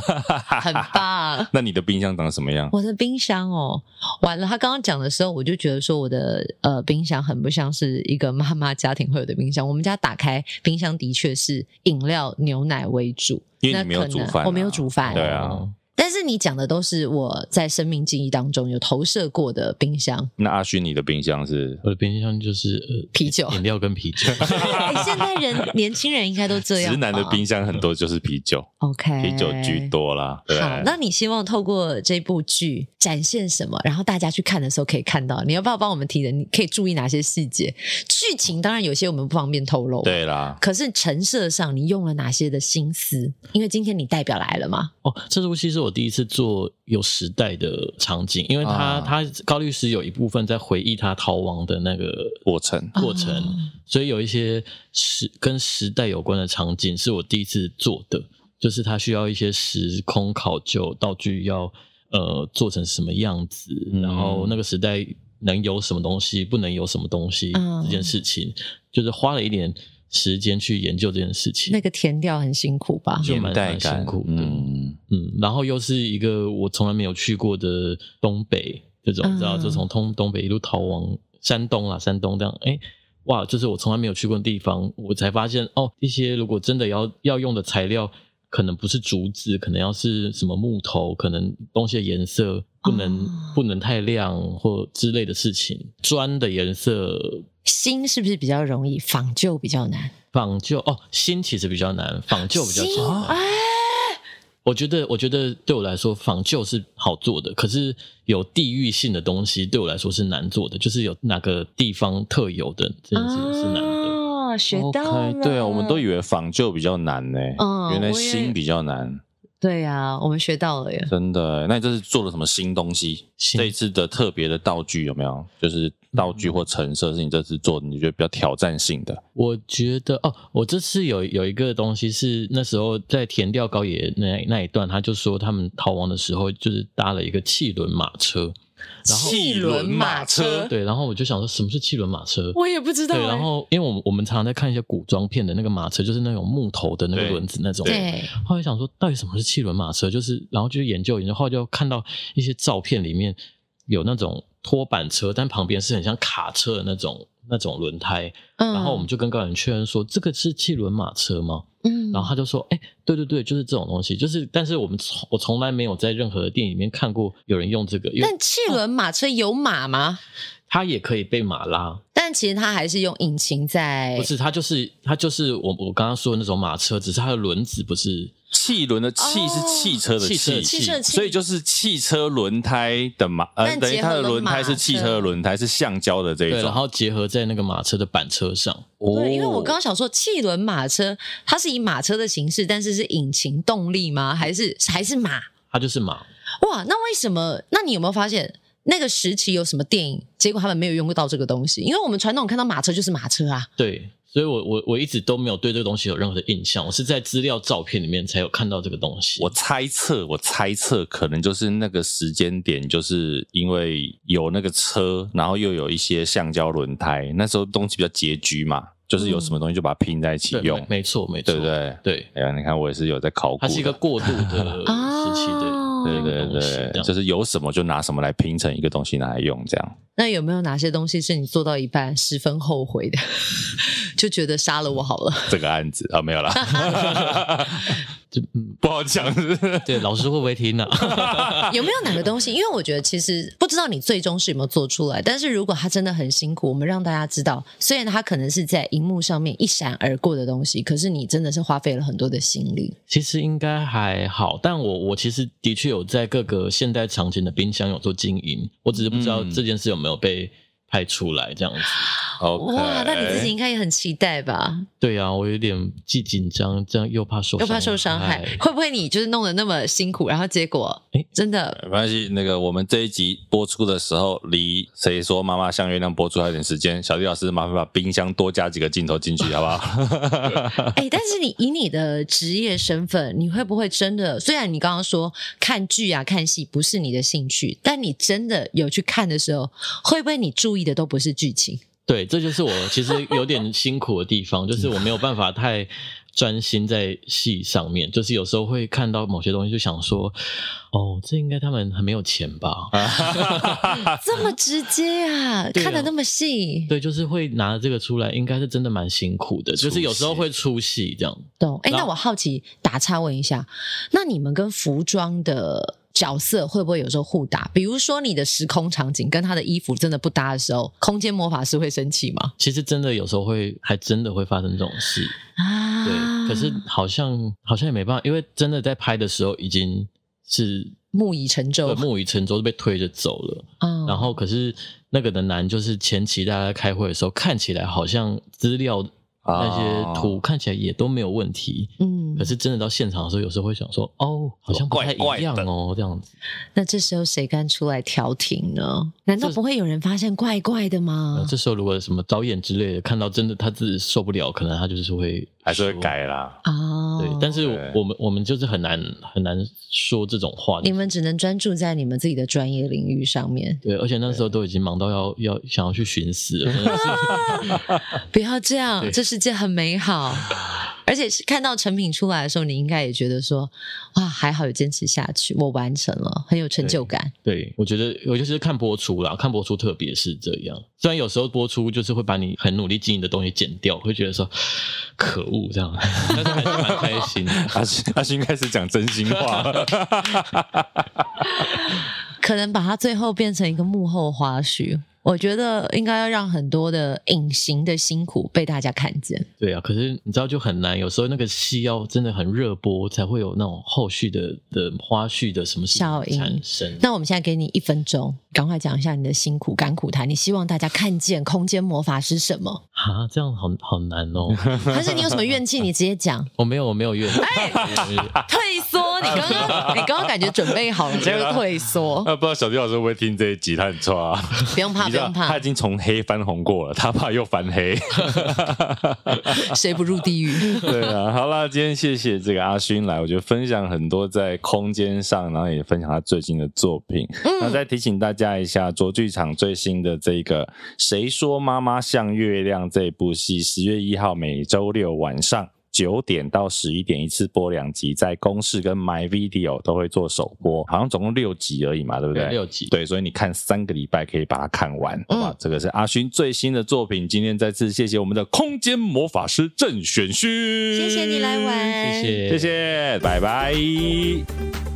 Speaker 2: 很。
Speaker 3: 棒。
Speaker 2: 那你的冰箱长什么样？
Speaker 3: 我的冰箱哦，完了！他刚刚讲的时候，我就觉得说我的呃冰箱很不像是一个妈妈家庭会有的冰箱。我们家打开冰箱的确是饮料、牛奶为主，
Speaker 2: 因为你没有
Speaker 3: 那可能
Speaker 2: 煮饭啊
Speaker 3: 我没有煮饭，
Speaker 2: 对啊。
Speaker 3: 但是你讲的都是我在生命记忆当中有投射过的冰箱。
Speaker 2: 那阿勋，你的冰箱是
Speaker 4: 我的冰箱就是呃
Speaker 3: 啤酒
Speaker 4: 饮料跟啤酒。
Speaker 3: 哎，现在 人年轻人应该都这样吧。
Speaker 2: 直男的冰箱很多就是啤酒，
Speaker 3: ，OK，
Speaker 2: 啤酒居。多啦。对，
Speaker 3: 好，那你希望透过这部剧展现什么？然后大家去看的时候可以看到，你要不要帮我们提的？你可以注意哪些细节？剧情当然有些我们不方便透露，。
Speaker 2: 对啦，
Speaker 3: 可是陈设上你用了哪些的心思？因为今天你代表来了嘛，
Speaker 4: 哦，这部戏是我第一次做有时代的场景，因为他、
Speaker 2: 啊
Speaker 4: 他高律师有一部分在回忆他逃亡的那个
Speaker 2: 过程
Speaker 4: 过程，
Speaker 2: 啊
Speaker 3: 哦
Speaker 4: 所以有一些时跟时代有关的场景是我第一次做的，就是他需要一些时空考究，道具要呃做成什么样子，
Speaker 2: 嗯
Speaker 4: 然后那个时代能有什么东西，不能有什么东西、
Speaker 3: 嗯
Speaker 4: 这件事情，就是花了一点时间去研究这件事情。
Speaker 3: 那个填调很辛苦吧？
Speaker 4: 就蛮
Speaker 2: 年代
Speaker 4: 蛮
Speaker 2: 感
Speaker 4: 辛苦，的
Speaker 2: 嗯，
Speaker 4: 嗯，然后又是一个我从来没有去过的东北这种，
Speaker 3: 嗯
Speaker 4: 你知道，就从东东北一路逃往山东啦，山东这样，哎，哇，就是我从来没有去过的地方，我才发现哦，一些如果真的要要用的材料，可能不是竹子，可能要是什么木头，可能东西的颜色不能、
Speaker 3: 哦
Speaker 4: 不能太亮或之类的事情，砖的颜色。
Speaker 3: 新是不是比较容易，仿旧比较难？
Speaker 4: 仿旧哦，新其实比较难，仿旧比较
Speaker 3: 新
Speaker 4: 简单。
Speaker 3: 哎，
Speaker 4: 我觉得，我觉得对我来说，仿旧是好做的，可是有地域性的东西对我来说是难做的，就是有哪个地方特有的这件事情是难的。
Speaker 3: 哦，学到了
Speaker 2: OK，对啊，我们都以为仿旧比较难呢，
Speaker 3: 嗯
Speaker 2: 原来
Speaker 3: 我也
Speaker 2: 新比较难，
Speaker 3: 对呀，我们学到了耶。
Speaker 2: 真的。那你这是做了什么新东西？
Speaker 4: 新
Speaker 2: 这一次的特别的道具有没有？就是道具或陈设是你这次做的你觉得比较挑战性的？
Speaker 4: 我觉得哦，我这次有有一个东西是那时候在田调高野那那一段，他就说他们逃亡的时候就是搭了一个汽轮马车，然后
Speaker 3: 汽轮马车
Speaker 4: 对，然后我就想说什么是汽轮马车？
Speaker 3: 我也不知道、
Speaker 4: 对，
Speaker 3: 欸。
Speaker 4: 然后因为我们我们常常在看一些古装片的那个马车，就是那种木头的那个
Speaker 2: 对
Speaker 4: 轮子那种。
Speaker 3: 对，
Speaker 4: 后来想说，到底什么是汽轮马车？就是然后就去研究研究，后来就看到一些照片里面有那种拖板车，但旁边是很像卡车的那种那种轮胎。
Speaker 3: 嗯，
Speaker 4: 然后我们就跟高人确认说，这个是汽轮马车吗？
Speaker 3: 嗯，
Speaker 4: 然后他就说，哎、对对对，就是这种东西，就是，但是我们从我从来没有在任何的电影里面看过有人用这个，因为
Speaker 3: 但汽轮马车有马吗？
Speaker 4: 它也可以被马拉，
Speaker 3: 但其实它还是用引擎在
Speaker 4: 不，是它就是它就是我我刚刚说的那种马车，只是它的轮子不是
Speaker 2: 汽轮的汽是汽车的
Speaker 4: 汽车的
Speaker 2: 汽
Speaker 4: 汽
Speaker 3: 哦汽车的汽，
Speaker 2: 所以就是汽车轮胎的马，呃，
Speaker 3: 但
Speaker 2: 等于
Speaker 3: 结
Speaker 2: 它
Speaker 3: 合
Speaker 2: 的
Speaker 3: 了
Speaker 2: 轮胎
Speaker 3: 马
Speaker 2: 是汽车
Speaker 3: 车
Speaker 2: 的轮胎，是橡胶的这一
Speaker 4: 对，然
Speaker 2: 种。
Speaker 4: 后结合在那个马车的板车上，
Speaker 2: 哦
Speaker 3: 对，因为我刚刚想说汽轮马车，它是以马车的形式，但是是引擎动力吗？还是还是马？
Speaker 4: 它就是马，
Speaker 3: 哇，那为什么？那你有没有发现那个时期有什么电影？结果他们没有用到这个东西，因为我们传统看到马车就是马车啊。
Speaker 4: 对，所以我我我一直都没有对这个东西有任何的印象，我是在资料照片里面才有看到这个东西，
Speaker 2: 我猜测，我猜测可能就是那个时间点，就是因为有那个车，然后又有一些橡胶轮胎，那时候东西比较拮据嘛，就是有什
Speaker 3: 嗯
Speaker 2: 么东西就把它拼在一起
Speaker 4: 对
Speaker 2: 用，
Speaker 4: 没没错没错
Speaker 2: 对不对？
Speaker 4: 对，
Speaker 2: 哎呀，你看我也是有在考古
Speaker 4: 它是一个
Speaker 2: 的。
Speaker 4: 过渡的时期的。
Speaker 3: 哦
Speaker 2: 对对
Speaker 4: 东西这
Speaker 2: 对，
Speaker 4: 样
Speaker 2: 就是有什么就拿什么来拼成一个东西拿来用，这样。
Speaker 3: 那有没有哪些东西是你做到一半十分后悔的， 就觉得杀了我好 了？
Speaker 2: 这个案子啊，没有啦，
Speaker 4: 这嗯，
Speaker 2: 不好讲，是不是？
Speaker 4: 对，老师会不会听呢、
Speaker 3: 有没有哪个东西？因为我觉得其实不知道你最终是有没有做出来，但是如果他真的很辛苦，我们让大家知道，虽然他可能是在荧幕上面一闪而过的东西，可是你真的是花费了很多的心力。
Speaker 4: 其实应该还好，但我我其实的确有在各个现代场景的冰箱有做经营，我只是不知道
Speaker 2: 嗯
Speaker 4: 这件事有没有被拍出来这样子。
Speaker 2: OK
Speaker 3: 哇，那你自己应该也很期待吧？
Speaker 4: 对啊，我有点既紧张，这样又怕受哎
Speaker 3: 又怕受伤害，会不会你就是弄得那么辛苦，然后结果
Speaker 4: 诶
Speaker 3: 真的
Speaker 2: 没关系，那个我们这一集播出的时候，离谁说妈妈像月亮播出还有点时间。小弟老师，麻烦把冰箱多加几个镜头进去，好 不好？
Speaker 3: 哎、但是你以你的职业身份，你会不会真的？虽然你刚刚说看剧啊、看戏不是你的兴趣，但你真的有去看的时候，会不会你注意的都不是剧情？
Speaker 4: 对，这就是我其实有点辛苦的地方，就是我没有办法太专心在戏上面，就是有时候会看到某些东西就想说，哦，这应该他们很没有钱吧？
Speaker 3: 这么直接啊，
Speaker 4: 啊对啊
Speaker 3: 看的那么细，
Speaker 4: 对，就是会拿这个出来，应该是真的蛮辛苦的，就是有时候
Speaker 2: 出戏
Speaker 4: 会出戏这样。
Speaker 3: 懂？哎，
Speaker 4: 然
Speaker 3: 那
Speaker 4: 后
Speaker 3: 我好奇打岔问一下，那你们跟服装的角色会不会有时候互打？比如说你的时空场景跟他的衣服真的不搭的时候，空间魔法师会生气吗？
Speaker 4: 其实真的有时候会，还真的会发生这种事。
Speaker 3: 啊，
Speaker 4: 对，可是好像好像也没办法，因为真的在拍的时候已经是
Speaker 3: 木已成舟
Speaker 4: 对，木已成舟被推着走了。
Speaker 3: 嗯
Speaker 4: 然后可是那个的难，就是前期大家开会的时候，看起来好像资料
Speaker 2: 啊
Speaker 4: 那些图看起来也都没有问题。
Speaker 3: 嗯
Speaker 4: 可，是真的到现场的时候，有时候会想说，哦，好像不
Speaker 2: 怪
Speaker 4: 太
Speaker 2: 怪
Speaker 4: 一样哦，这样子。
Speaker 3: 那这时候谁敢出来调停呢？难道不会有人发现怪怪的
Speaker 4: 呃
Speaker 3: 吗？
Speaker 4: 这时候如果什么导演之类的看到真的他自己受不了，可能他就是会
Speaker 2: 还是会
Speaker 4: 说。
Speaker 2: 改啦。
Speaker 3: 哦，
Speaker 4: 对，但是
Speaker 2: 对
Speaker 4: 我们我们就是很难很难说这种话。
Speaker 3: 你们只能专注在你们自己的专业领域上面，
Speaker 4: 对，而且那时候都已经忙到要要想要去寻 死了，真的是
Speaker 3: 不要这样，
Speaker 4: 对
Speaker 3: 这世界很美 好。而且是看到成品出来的时候，你应该也觉得说，哇，还好有坚持下去，我完成了，很有成就感。
Speaker 4: 对我觉得我就是看播出啦，看播出特别是这样。虽然有时候播出就是会把你很努力经营的东西剪掉，会觉得说可恶这样， 但是还是蛮开心的。
Speaker 2: 阿勋，阿勋开始讲真心话了。
Speaker 3: 哦可能把它最后变成一个幕后花絮，我觉得应该要让很多的隐形的辛苦被大家看见。
Speaker 4: 对啊，可是你知道就很难，有时候那个戏要真的很热播，才会有那种后续的的花絮的什么事情
Speaker 3: 效应
Speaker 4: 产生。
Speaker 3: 那我们现在给你一分钟，赶快讲一下你的辛苦甘苦谈。你希望大家看见空间魔法是什 么？
Speaker 4: 啊，这样好好难哦。
Speaker 3: 还是你有什么怨气，你直接讲。
Speaker 4: 我没有，我没有怨气。
Speaker 3: 哎退缩，你刚刚 你刚刚感觉准备好了，结果退缩，
Speaker 2: 那不知道小弟老师会不会听这一集，他很差、啊。
Speaker 3: 不用怕，
Speaker 2: 你
Speaker 3: 不
Speaker 2: 道
Speaker 3: 用怕
Speaker 2: 他已经从黑翻红过了，他怕又翻黑。
Speaker 3: 谁不入地 狱？
Speaker 2: 对啊，好啦，今天谢谢这个阿勋来，我觉得分享很多在空间上，然后也分享他最近的作品。那
Speaker 3: 嗯，
Speaker 2: 再提醒大家一下，卓剧场最新的这个《谁说妈妈像月亮》这部戏，十月一号每周六晚上九点到十一点一次播两集，在公视跟 My Video 都会做首播，好像总共六集而已嘛，对不对？
Speaker 4: 六集，
Speaker 2: 对，所以你看三个礼拜可以把它看完，好吧？
Speaker 3: 嗯
Speaker 2: 这个是阿勋最新的作品。今天再次谢谢我们的空间魔法师郑选勋，
Speaker 3: 谢谢你来玩，
Speaker 4: 谢谢，
Speaker 2: 谢谢，拜拜。